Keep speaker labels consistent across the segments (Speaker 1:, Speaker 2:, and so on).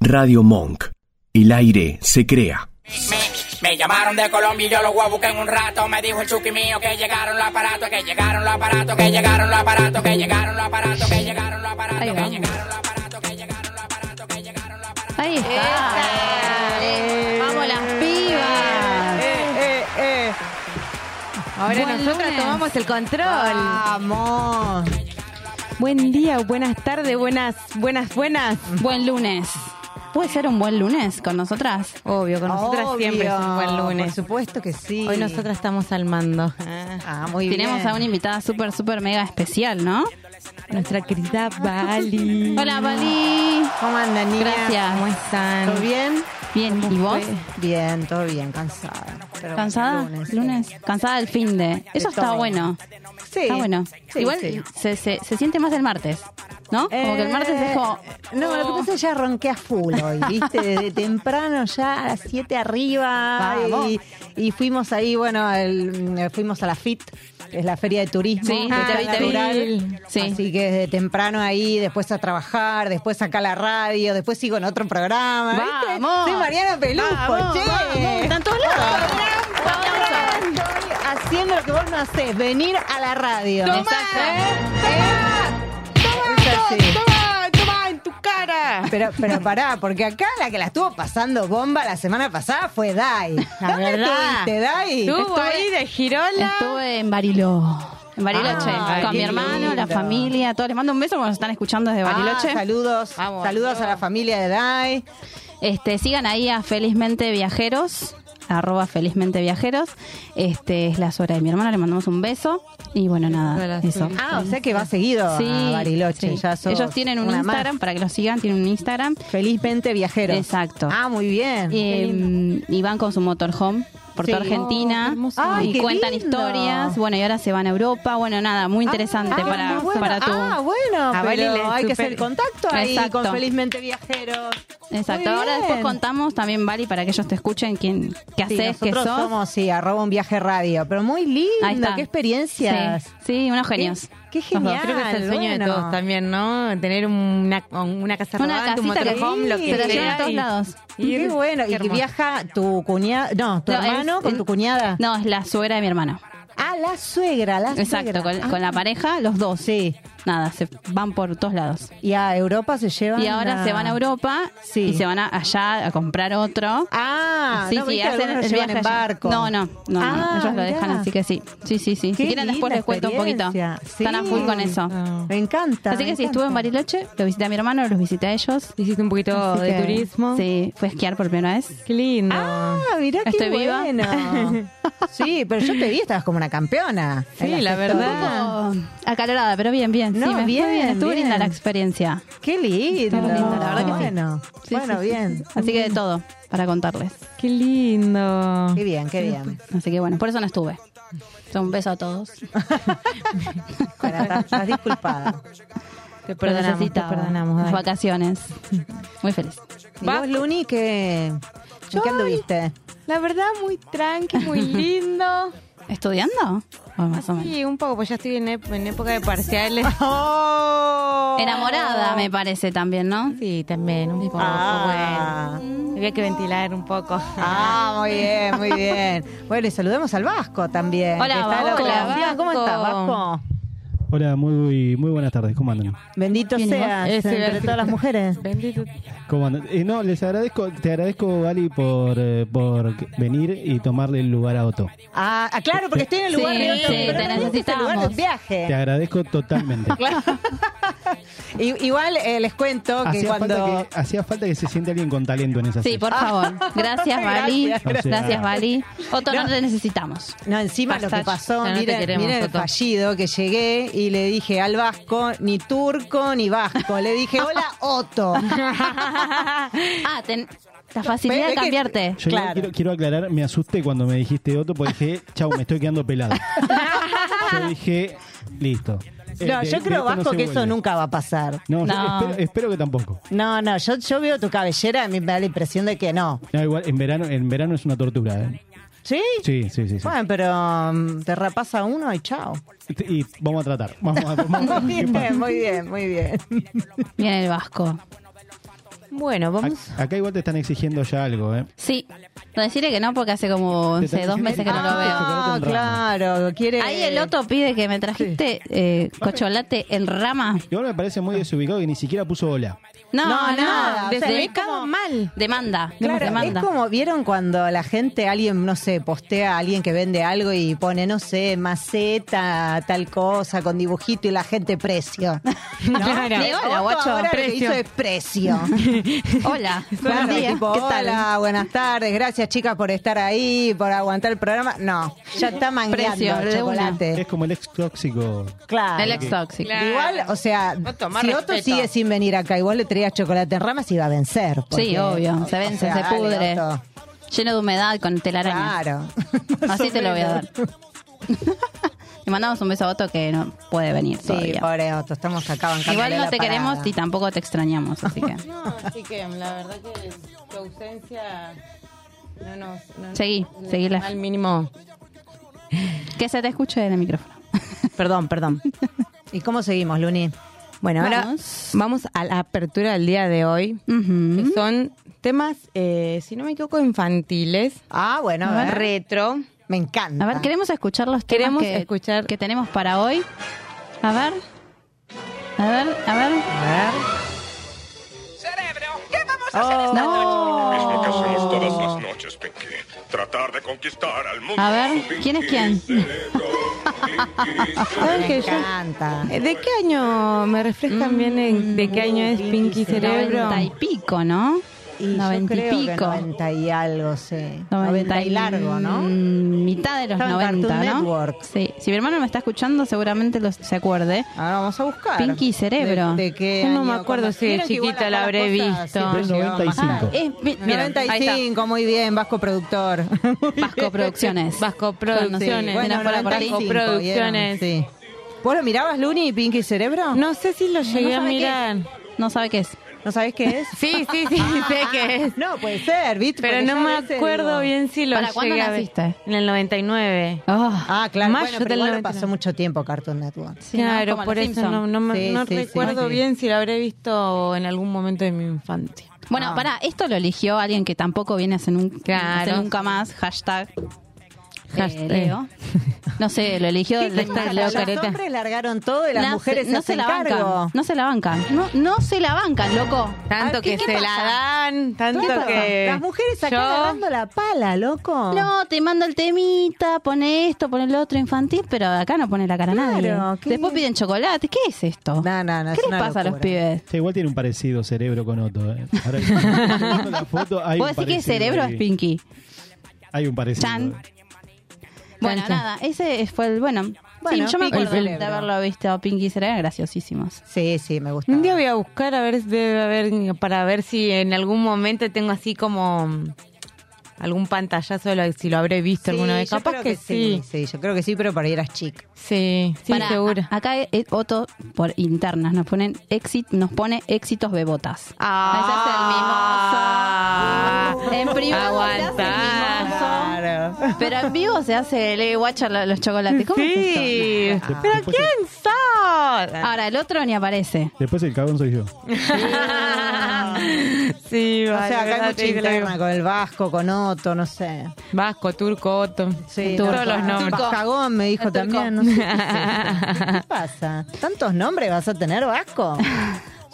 Speaker 1: Radio Monk. El aire se crea.
Speaker 2: Me, me llamaron de Colombia y yo los voy a buscar en un rato. Me dijo el chuki mío que llegaron los aparatos, que llegaron los aparatos, que llegaron los aparatos, que llegaron los aparatos, que llegaron los aparatos,
Speaker 3: Ahí
Speaker 2: que
Speaker 3: vamos.
Speaker 2: llegaron los aparatos, que llegaron los aparatos, que llegaron los aparatos.
Speaker 3: Ahí está.
Speaker 4: Dale.
Speaker 3: Vamos las pibas.
Speaker 4: Eh, eh, eh.
Speaker 3: Ahora
Speaker 4: Ahora
Speaker 3: nosotras
Speaker 4: nosotros
Speaker 3: tomamos
Speaker 4: tomamos el control.
Speaker 5: Vamos.
Speaker 4: Buen día, buenas tardes, buenas, buenas, buenas.
Speaker 3: Buen lunes. ¿Puede ser un buen lunes con nosotras?
Speaker 4: Obvio, con nosotras
Speaker 5: Obvio,
Speaker 4: siempre es un buen
Speaker 5: Por
Speaker 4: lunes.
Speaker 5: supuesto que sí.
Speaker 4: Hoy nosotras estamos al mando.
Speaker 5: Ah, muy
Speaker 3: Tenemos
Speaker 5: bien.
Speaker 3: a una invitada súper, súper mega especial, ¿no?
Speaker 4: Nuestra querida
Speaker 5: Mm.
Speaker 4: Bali.
Speaker 3: Hola, Bali.
Speaker 5: ¿Cómo andan, niña?
Speaker 3: Gracias.
Speaker 4: ¿Cómo están?
Speaker 5: ¿Todo bien?
Speaker 3: Bien, ¿y vos?
Speaker 5: Bien, todo bien, cansada. Pero
Speaker 3: ¿Cansada?
Speaker 5: bueno,
Speaker 3: Lunes. Cansada del fin de. Eso está
Speaker 5: todo.
Speaker 3: bueno.
Speaker 5: Sí.
Speaker 3: Está bueno.
Speaker 5: Sí,
Speaker 3: Igual
Speaker 5: sí.
Speaker 3: Se, se- se siente más el martes, ¿no? Como que el martes
Speaker 5: Eh,
Speaker 3: dejó.
Speaker 5: No, lo que pasa es que ya ronqué a full hoy, ¿viste? Desde temprano ya a las 7 arriba.
Speaker 3: Vamos.
Speaker 5: Y, y fuimos ahí, bueno, el- fuimos a la FIT, que es la Feria de Turismo.
Speaker 3: Sí,
Speaker 5: que
Speaker 3: te
Speaker 5: está
Speaker 3: vi,
Speaker 5: en
Speaker 3: te vi.
Speaker 5: Rural.
Speaker 3: Sí.
Speaker 5: Así que desde temprano ahí, después a trabajar, después acá a la radio, después sigo en otro programa. ¿viste?
Speaker 3: Vamos.
Speaker 5: Soy Mariana Pelujo,
Speaker 3: Vamos,
Speaker 5: che.
Speaker 3: vamos. Está en todos lados.
Speaker 5: Estoy Haciendo lo que vos no haces, venir a la radio.
Speaker 3: Tomá,
Speaker 5: ¿Eh? Es así. Pero, pero pará, porque acá la que la estuvo pasando bomba la semana pasada fue Dai.
Speaker 4: La
Speaker 5: ¿Dónde
Speaker 4: verdad.
Speaker 5: estuviste, Dai?
Speaker 4: Estuvo
Speaker 3: Estuve-
Speaker 4: ahí de girola.
Speaker 3: Estuve en Barilo. En Bariloche,
Speaker 5: Ah,
Speaker 3: con
Speaker 5: qué
Speaker 3: mi hermano, la
Speaker 5: lindo.
Speaker 3: familia, todos les mando un beso porque nos están escuchando desde Bariloche.
Speaker 5: Ah, saludos.
Speaker 3: Vamos,
Speaker 5: saludos
Speaker 3: Bariloche.
Speaker 5: a la familia de Dai.
Speaker 3: Este, sigan ahí a Felizmente Viajeros, arroba Felizmente Viajeros. Este es la suegra de mi hermana, le mandamos un beso. Y bueno, nada,
Speaker 4: Hola,
Speaker 3: eso.
Speaker 4: suegra.
Speaker 5: Ah, o sea que va seguido a Bariloche.
Speaker 3: sí.
Speaker 5: Ya sos
Speaker 3: Ellos tienen un
Speaker 5: una más. Ah,
Speaker 3: Instagram, para que los sigan, tienen un Instagram.
Speaker 5: Felizmente viajeros.
Speaker 3: Exacto.
Speaker 5: Ah, muy bien.
Speaker 3: Eh, y van con su motorhome por toda
Speaker 5: Sí.
Speaker 3: Argentina
Speaker 4: Oh, qué hermoso.
Speaker 5: Ay,
Speaker 3: y
Speaker 5: qué
Speaker 3: cuentan
Speaker 5: lindo.
Speaker 3: historias. Bueno, y ahora se van a Europa. Bueno, nada, muy interesante
Speaker 5: Ah,
Speaker 3: para,
Speaker 5: bueno.
Speaker 3: para tu.
Speaker 5: Ah, bueno,
Speaker 4: A Bali
Speaker 5: pero
Speaker 4: le
Speaker 5: hay que
Speaker 4: super-
Speaker 5: hacer contacto ahí
Speaker 3: Exacto.
Speaker 5: con Felizmente Viajeros.
Speaker 3: Exacto.
Speaker 5: Muy
Speaker 3: Ahora después
Speaker 5: bien.
Speaker 3: contamos también, Vali, para que ellos te escuchen quién, qué
Speaker 5: Sí,
Speaker 3: haces, qué
Speaker 5: nosotros
Speaker 3: sos.
Speaker 5: somos, sí, arroba un viaje radio. Pero muy
Speaker 3: Ahí
Speaker 5: lindo,
Speaker 3: está.
Speaker 5: qué experiencias.
Speaker 3: Sí, sí, unos genios.
Speaker 5: Qué, qué genial.
Speaker 4: Creo que es el sueño de
Speaker 5: bueno.
Speaker 4: todos también, ¿no? Tener una, una casa
Speaker 3: Una
Speaker 4: rodante, un
Speaker 3: casita que
Speaker 4: motorhome, lo
Speaker 3: se
Speaker 4: que
Speaker 3: la llevan
Speaker 4: sea,
Speaker 3: a todos
Speaker 4: y-
Speaker 3: lados.
Speaker 4: y
Speaker 5: Qué
Speaker 4: ir-
Speaker 5: bueno.
Speaker 4: qué
Speaker 5: y que
Speaker 4: hermoso.
Speaker 5: viaja tu cuñada, no, tu
Speaker 3: No,
Speaker 5: hermano
Speaker 3: es-
Speaker 5: con
Speaker 3: es-
Speaker 5: tu cuñada.
Speaker 3: No, es la suegra de mi hermano.
Speaker 5: Ah, la suegra, la
Speaker 3: Exacto,
Speaker 5: suegra.
Speaker 3: con,
Speaker 5: Ah,
Speaker 3: con la pareja, los dos.
Speaker 5: Sí.
Speaker 3: Nada, se van por todos lados.
Speaker 5: Y a Europa se llevan.
Speaker 3: Y ahora
Speaker 5: a-
Speaker 3: se van a Europa
Speaker 5: Sí.
Speaker 3: y se van a- allá a comprar otro.
Speaker 5: Ah,
Speaker 3: Sí,
Speaker 5: no,
Speaker 3: sí,
Speaker 5: viste,
Speaker 3: hacen
Speaker 5: algunos
Speaker 3: el
Speaker 5: llevan
Speaker 3: viaje
Speaker 5: en
Speaker 3: allá.
Speaker 5: barco.
Speaker 3: No, no, no, no,
Speaker 5: Ah,
Speaker 3: ellos lo
Speaker 5: mirá.
Speaker 3: dejan, así que sí. Sí, sí, sí.
Speaker 5: Qué
Speaker 3: si quieren después
Speaker 5: linda
Speaker 3: les cuento un poquito.
Speaker 5: experiencia. Sí.
Speaker 3: Están a full con eso.
Speaker 5: Me encanta.
Speaker 3: Así que
Speaker 5: me
Speaker 3: sí, estuve en
Speaker 5: encanta.
Speaker 3: Bariloche, lo visité a mi hermano, los visité a ellos.
Speaker 4: Hiciste un poquito
Speaker 5: Así
Speaker 4: Oh, de
Speaker 5: que-
Speaker 4: turismo.
Speaker 3: Sí, fue a esquiar por primera vez.
Speaker 4: Qué lindo.
Speaker 5: Ah, mirá
Speaker 3: Estoy
Speaker 5: qué
Speaker 3: viva.
Speaker 5: bueno. Sí, pero yo te vi, estabas como una campeona. en
Speaker 4: Sí,
Speaker 5: las
Speaker 4: la
Speaker 5: historias.
Speaker 4: verdad.
Speaker 3: Oh, acalorada, pero bien, bien.
Speaker 5: No,
Speaker 3: sí, me
Speaker 5: bien,
Speaker 3: fue bien. Estuvo
Speaker 5: bien.
Speaker 3: linda la experiencia.
Speaker 5: Qué lindo.
Speaker 3: Está lindo, la verdad que sí.
Speaker 5: bueno,
Speaker 3: Sí,
Speaker 5: bueno,
Speaker 3: sí, sí,
Speaker 5: bien.
Speaker 3: sí. Así que de todo, para contarles.
Speaker 4: Qué lindo.
Speaker 5: Qué bien, qué bien.
Speaker 3: Así que bueno, por eso no estuve. Un beso a todos.
Speaker 5: Bueno, estás, estás disculpada.
Speaker 4: Te
Speaker 3: Pero
Speaker 4: perdonamos, te
Speaker 3: necesitaba
Speaker 4: perdonamos.
Speaker 3: Las
Speaker 4: dale.
Speaker 3: vacaciones. Muy feliz.
Speaker 5: ¿Y
Speaker 4: Va-
Speaker 5: vos, Luni, qué, en
Speaker 4: Yo-
Speaker 5: qué anduviste?
Speaker 4: La verdad, muy tranqui, muy lindo.
Speaker 3: ¿Estudiando? O más o menos.
Speaker 4: Sí, un poco, pues ya estoy en, ep- en época de parciales.
Speaker 5: ¡Oh!
Speaker 3: Enamorada, me parece también, ¿no?
Speaker 4: Sí, también, un poco.
Speaker 5: Ah.
Speaker 4: Bueno, había que ventilar un poco.
Speaker 5: Ah, muy bien, muy bien. Bueno, y saludemos al Vasco también.
Speaker 3: Hola,
Speaker 5: que está al otro
Speaker 3: Vasco.
Speaker 5: lado. ¿Cómo estás, Vasco?
Speaker 6: Hola, muy, muy buenas tardes, ¿cómo andan?
Speaker 5: Bendito
Speaker 3: Bien, ¿y vos?
Speaker 5: seas
Speaker 4: Ese
Speaker 5: entre
Speaker 4: Vasco.
Speaker 5: todas las mujeres.
Speaker 4: Bendito.
Speaker 6: ¿Cómo andan? Eh, no, les agradezco, te agradezco, Ali, por, eh, por venir y tomarle el lugar a Otto.
Speaker 5: Ah, ah, claro, porque estoy en el lugar
Speaker 3: Sí,
Speaker 5: de otro,
Speaker 3: sí,
Speaker 5: pero
Speaker 3: te
Speaker 5: no este es el lugar
Speaker 3: necesitamos.
Speaker 5: del
Speaker 6: Te
Speaker 5: viaje.
Speaker 6: agradezco totalmente.
Speaker 5: I- Igual eh, les cuento que
Speaker 6: hacía,
Speaker 5: cuando...
Speaker 6: falta que, hacía falta que se siente alguien con talento en esa
Speaker 3: Sí,
Speaker 6: silla.
Speaker 3: por favor. Gracias, Bali.
Speaker 6: gracias.
Speaker 3: Gracias, Bali. Otto, no
Speaker 5: No.
Speaker 3: te necesitamos.
Speaker 5: No, encima lo que
Speaker 3: Basta.
Speaker 5: pasó,
Speaker 4: No, no te
Speaker 5: miren,
Speaker 4: queremos,
Speaker 5: miren el
Speaker 4: Toto.
Speaker 5: fallido que llegué y le dije al vasco, ni turco ni vasco. Le dije, hola, Otto.
Speaker 3: Ah, ten- la facilidad
Speaker 5: Ve-
Speaker 3: de
Speaker 5: ve que-
Speaker 3: cambiarte.
Speaker 6: Yo
Speaker 5: claro.
Speaker 6: quiero, quiero aclarar, me asusté cuando me dijiste Otto, porque dije, chau, me estoy quedando pelado. Yo dije, listo. Eh,
Speaker 5: No, yo
Speaker 6: de- de
Speaker 5: creo,
Speaker 6: esto no
Speaker 5: vasco,
Speaker 6: se
Speaker 5: que eso
Speaker 6: vuelve.
Speaker 5: nunca va a pasar.
Speaker 6: No, yo
Speaker 3: No.
Speaker 6: espero, espero que tampoco.
Speaker 5: No, no, yo, yo veo tu cabellera y me da la impresión de que no.
Speaker 6: No, igual, en verano, en verano es una tortura. ¿eh?
Speaker 5: ¿Sí?
Speaker 6: Sí, sí, sí. sí.
Speaker 5: Bueno, pero mm, te rapas a uno y chao.
Speaker 6: Y vamos a tratar. Vamos a, vamos a ver
Speaker 5: Muy
Speaker 6: qué pasa.
Speaker 5: bien, muy bien, muy bien.
Speaker 3: Bien el vasco.
Speaker 4: Bueno, vamos.
Speaker 6: Ac- Acá igual te están exigiendo ya algo, ¿eh?
Speaker 3: Sí, no decirle que no porque hace como no
Speaker 6: Te
Speaker 3: sé,
Speaker 6: están
Speaker 3: dos meses que no lo veo.
Speaker 5: Ah,
Speaker 6: Chocolate en rama.
Speaker 5: claro, quiere.
Speaker 3: Ahí el otro pide que me trajiste eh, cocholate en rama.
Speaker 6: Igual me parece muy desubicado que ni siquiera puso hola.
Speaker 3: No,
Speaker 5: No,
Speaker 3: no,
Speaker 5: nada, o
Speaker 3: de-
Speaker 5: sea,
Speaker 3: de-
Speaker 5: es
Speaker 4: como- mal.
Speaker 3: Demanda,
Speaker 5: Claro,
Speaker 3: demanda.
Speaker 5: es como vieron cuando la gente, alguien, no sé, postea a alguien que vende algo y pone, no sé, maceta, tal cosa, con dibujito y la gente precio. ¿No?
Speaker 4: Claro.
Speaker 5: Ni
Speaker 3: Hola,
Speaker 5: ahora,
Speaker 4: guacho,
Speaker 5: ahora Lo que
Speaker 4: precio.
Speaker 5: hizo es precio.
Speaker 3: Hola, buen
Speaker 5: Claro,
Speaker 3: día.
Speaker 5: tipo,
Speaker 3: ¿Qué tal?
Speaker 5: Hola, buenas tardes, gracias chicas por estar ahí, por aguantar el programa. No, ya está mangueando
Speaker 3: Precio,
Speaker 5: el
Speaker 3: de
Speaker 5: chocolate.
Speaker 3: Eh.
Speaker 6: Es como el ex tóxico.
Speaker 5: Claro.
Speaker 3: El ex toxic.
Speaker 4: Claro.
Speaker 5: Igual, o sea,
Speaker 4: No tomar
Speaker 5: si otro
Speaker 4: respeto.
Speaker 5: sigue sin venir acá y vos le traías chocolate en ramas, iba a vencer.
Speaker 3: Sí,
Speaker 5: porque-
Speaker 3: obvio.
Speaker 5: o
Speaker 3: Se vence,
Speaker 5: sea,
Speaker 3: se
Speaker 5: dale,
Speaker 3: pudre.
Speaker 5: Otto.
Speaker 3: Lleno de humedad con telarañas.
Speaker 5: Claro.
Speaker 3: Así te lo voy a dar. Le mandamos un beso a Otto que no puede venir
Speaker 5: Sí,
Speaker 3: todavía.
Speaker 5: pobre Otto, estamos acá bancando.
Speaker 3: Igual no te queremos y tampoco te extrañamos, así que
Speaker 4: No, así que la verdad que tu ausencia no nos. no-
Speaker 3: Seguí,
Speaker 4: no-
Speaker 3: seguí la-
Speaker 4: Al mínimo.
Speaker 3: que se te escuche en el micrófono.
Speaker 4: Perdón, perdón.
Speaker 5: ¿Y cómo seguimos, Luni?
Speaker 4: Bueno, ahora
Speaker 3: Vamos.
Speaker 4: vamos a la apertura del día de hoy.
Speaker 3: Ujú.
Speaker 4: que son temas, eh, si no me equivoco, infantiles,
Speaker 5: Ah, bueno, a ver.
Speaker 4: retro.
Speaker 5: Me encanta.
Speaker 3: A ver, queremos escuchar los temas
Speaker 4: Queremos
Speaker 3: que,
Speaker 4: escuchar-
Speaker 3: que tenemos para hoy. A ver. A ver, a ver.
Speaker 5: A
Speaker 2: Cerebro, ¿qué vamos a
Speaker 3: Oh.
Speaker 5: ver.
Speaker 3: No.
Speaker 7: que hacemos todas las noches, Pinky. Tratar de conquistar al mundo.
Speaker 3: A ver, ¿quién es quién?
Speaker 4: ¿Saben
Speaker 5: Me
Speaker 4: que yo-
Speaker 5: encanta.
Speaker 4: eh, ¿De qué año? ¿Me refrescan bien en- de qué año es Pinky Cerebro?
Speaker 3: Noventa y pico, ¿no?
Speaker 5: Y yo
Speaker 3: Noventa y
Speaker 5: creo que
Speaker 3: pico.
Speaker 5: 90 y algo, sí.
Speaker 3: Noventa
Speaker 5: 90 y largo, ¿no?
Speaker 3: mm, Mitad de los
Speaker 5: Estaba en
Speaker 3: 90,
Speaker 5: Cartoon
Speaker 3: ¿no?
Speaker 5: Network.
Speaker 3: Sí. Si mi hermano me está escuchando, seguramente lo- se acuerde.
Speaker 5: Ahora vamos a buscar.
Speaker 3: Pinky Cerebro.
Speaker 5: ¿De, de qué
Speaker 4: Yo no me
Speaker 5: año?
Speaker 4: acuerdo
Speaker 5: ¿Cuándo?
Speaker 4: si de
Speaker 5: Vieron que igual
Speaker 4: chiquita
Speaker 5: acá
Speaker 4: la
Speaker 5: las
Speaker 4: habré
Speaker 5: cosas
Speaker 4: visto.
Speaker 5: siempre
Speaker 6: Del
Speaker 5: llevan más
Speaker 6: 95.
Speaker 5: tarde.
Speaker 3: Eh, mi- mira, ahí está.
Speaker 5: 95, muy bien, Vasco Productor.
Speaker 3: Vasco Producciones.
Speaker 4: Vasco Producciones.
Speaker 3: Sí, bueno,
Speaker 4: Mira, fuera por ahí.
Speaker 3: 95,
Speaker 4: Vasco Producciones.
Speaker 5: vieron, sí. ¿Vos lo mirabas, Luni, Pinky Cerebro?
Speaker 4: No sé si lo llegué
Speaker 3: No
Speaker 4: a
Speaker 3: sabe qué
Speaker 4: mirar.
Speaker 3: No sabe qué es.
Speaker 5: ¿No sabés qué es?
Speaker 4: Sí, sí, sí, sé que es.
Speaker 5: No, puede ser, ¿viste?
Speaker 4: Pero
Speaker 5: Porque
Speaker 4: no
Speaker 5: ya
Speaker 4: me
Speaker 5: a veces
Speaker 4: acuerdo
Speaker 5: digo-
Speaker 4: bien si lo
Speaker 3: ¿Para cuándo
Speaker 4: llegué a ver.
Speaker 3: naciste?
Speaker 4: En el 99.
Speaker 3: Ah.
Speaker 5: Ah, claro,
Speaker 4: Mayo
Speaker 5: bueno, pero
Speaker 4: del
Speaker 5: igual
Speaker 4: 99.
Speaker 5: lo pasó mucho tiempo Cartoon Network.
Speaker 3: Sí, ¿no?
Speaker 4: Claro,
Speaker 3: Como
Speaker 4: por
Speaker 3: los
Speaker 4: eso
Speaker 3: Simpson.
Speaker 4: no, no me-
Speaker 5: Sí,
Speaker 4: no
Speaker 5: sí, sí.
Speaker 4: recuerdo
Speaker 5: Ok.
Speaker 4: bien si lo habré visto en algún momento de mi infancia.
Speaker 3: Bueno,
Speaker 5: Ah.
Speaker 3: pará, esto lo eligió alguien que tampoco viene hace, nun-
Speaker 4: Claro.
Speaker 3: hace nunca más. Hashtag. eh,
Speaker 5: eh.
Speaker 4: Hashtag.
Speaker 3: Leo. No sé, lo eligió el
Speaker 5: Los
Speaker 3: lector Leo Careta.
Speaker 5: hombres largaron todo y las
Speaker 3: No
Speaker 5: mujeres
Speaker 3: se-
Speaker 5: se
Speaker 3: no se
Speaker 5: hacen
Speaker 3: la
Speaker 5: cargo.
Speaker 3: bancan. No se la bancan. No, no se la bancan, loco.
Speaker 4: Tanto
Speaker 3: ¿Qué-
Speaker 4: que
Speaker 3: qué
Speaker 4: se la
Speaker 3: pasa?
Speaker 4: dan, tanto
Speaker 5: Claro,
Speaker 4: que.
Speaker 5: Las mujeres acá
Speaker 4: yo-
Speaker 5: agarrando la pala, loco.
Speaker 3: No, te mando el temita, pone esto, pone el otro infantil, pero acá no pone la cara a
Speaker 5: Claro,
Speaker 3: nadie.
Speaker 5: ¿qué?
Speaker 3: Después piden chocolate. ¿Qué es esto?
Speaker 5: No, no, no,
Speaker 3: ¿Qué les
Speaker 5: es una
Speaker 3: pasa a los
Speaker 5: locura.
Speaker 3: pibes?
Speaker 6: Sí, igual tiene un parecido cerebro con Otto. ¿eh? Ahora que estoy viendo la foto, hay
Speaker 3: ¿Vos
Speaker 6: un
Speaker 3: decís que
Speaker 6: parecido
Speaker 3: cerebro
Speaker 6: ahí.
Speaker 3: es Pinky?
Speaker 6: Hay un parecido.
Speaker 3: Chan. Bueno,
Speaker 4: Chan, chan.
Speaker 3: nada, ese fue el bueno.
Speaker 5: Bueno,
Speaker 3: sí, yo me
Speaker 5: Pinky
Speaker 3: acuerdo de
Speaker 5: Cerebro.
Speaker 3: haberlo visto. Pinky Cerebro, graciosísimos.
Speaker 5: Sí, sí, me gusta.
Speaker 4: Un día voy a buscar a ver, de- a ver, para ver si en algún momento tengo así como algún pantallazo de lo- si lo habré visto alguna vez.
Speaker 5: yo
Speaker 4: Capaz
Speaker 5: creo
Speaker 4: que, sí.
Speaker 5: sí. yo creo que sí, pero para ir eras chica.
Speaker 4: Sí, sí,
Speaker 3: Pará,
Speaker 4: seguro.
Speaker 3: a- Acá eh, Otto, por internas, nos ponen exit, nos pone éxitos bebotas.
Speaker 4: Ah.
Speaker 3: Ese es el mimoso. En privado se hace el mimoso.
Speaker 4: Aguantá.
Speaker 3: Pero en vivo se hace el guacha lo- los chocolates. ¿Cómo es esto?
Speaker 4: Sí. ¿Pero
Speaker 6: Después-
Speaker 4: quién sos?
Speaker 3: Ahora, el otro ni aparece.
Speaker 6: Después el cagón soy yo.
Speaker 4: sí,
Speaker 5: O
Speaker 4: vale,
Speaker 5: sea, acá
Speaker 4: verdad,
Speaker 5: hay mucha
Speaker 4: te digo la
Speaker 5: interna
Speaker 4: verdad.
Speaker 5: con el Vasco, con Otto, no sé.
Speaker 4: Vasco, turco, otto.
Speaker 5: Sí,
Speaker 4: todos
Speaker 5: no,
Speaker 4: los
Speaker 5: no,
Speaker 4: nombres.
Speaker 5: Vascagón me dijo
Speaker 3: El turco.
Speaker 5: también. No sé, qué, es eso. ¿Qué pasa? ¿Tantos nombres vas a tener, Vasco?
Speaker 6: Son
Speaker 3: Es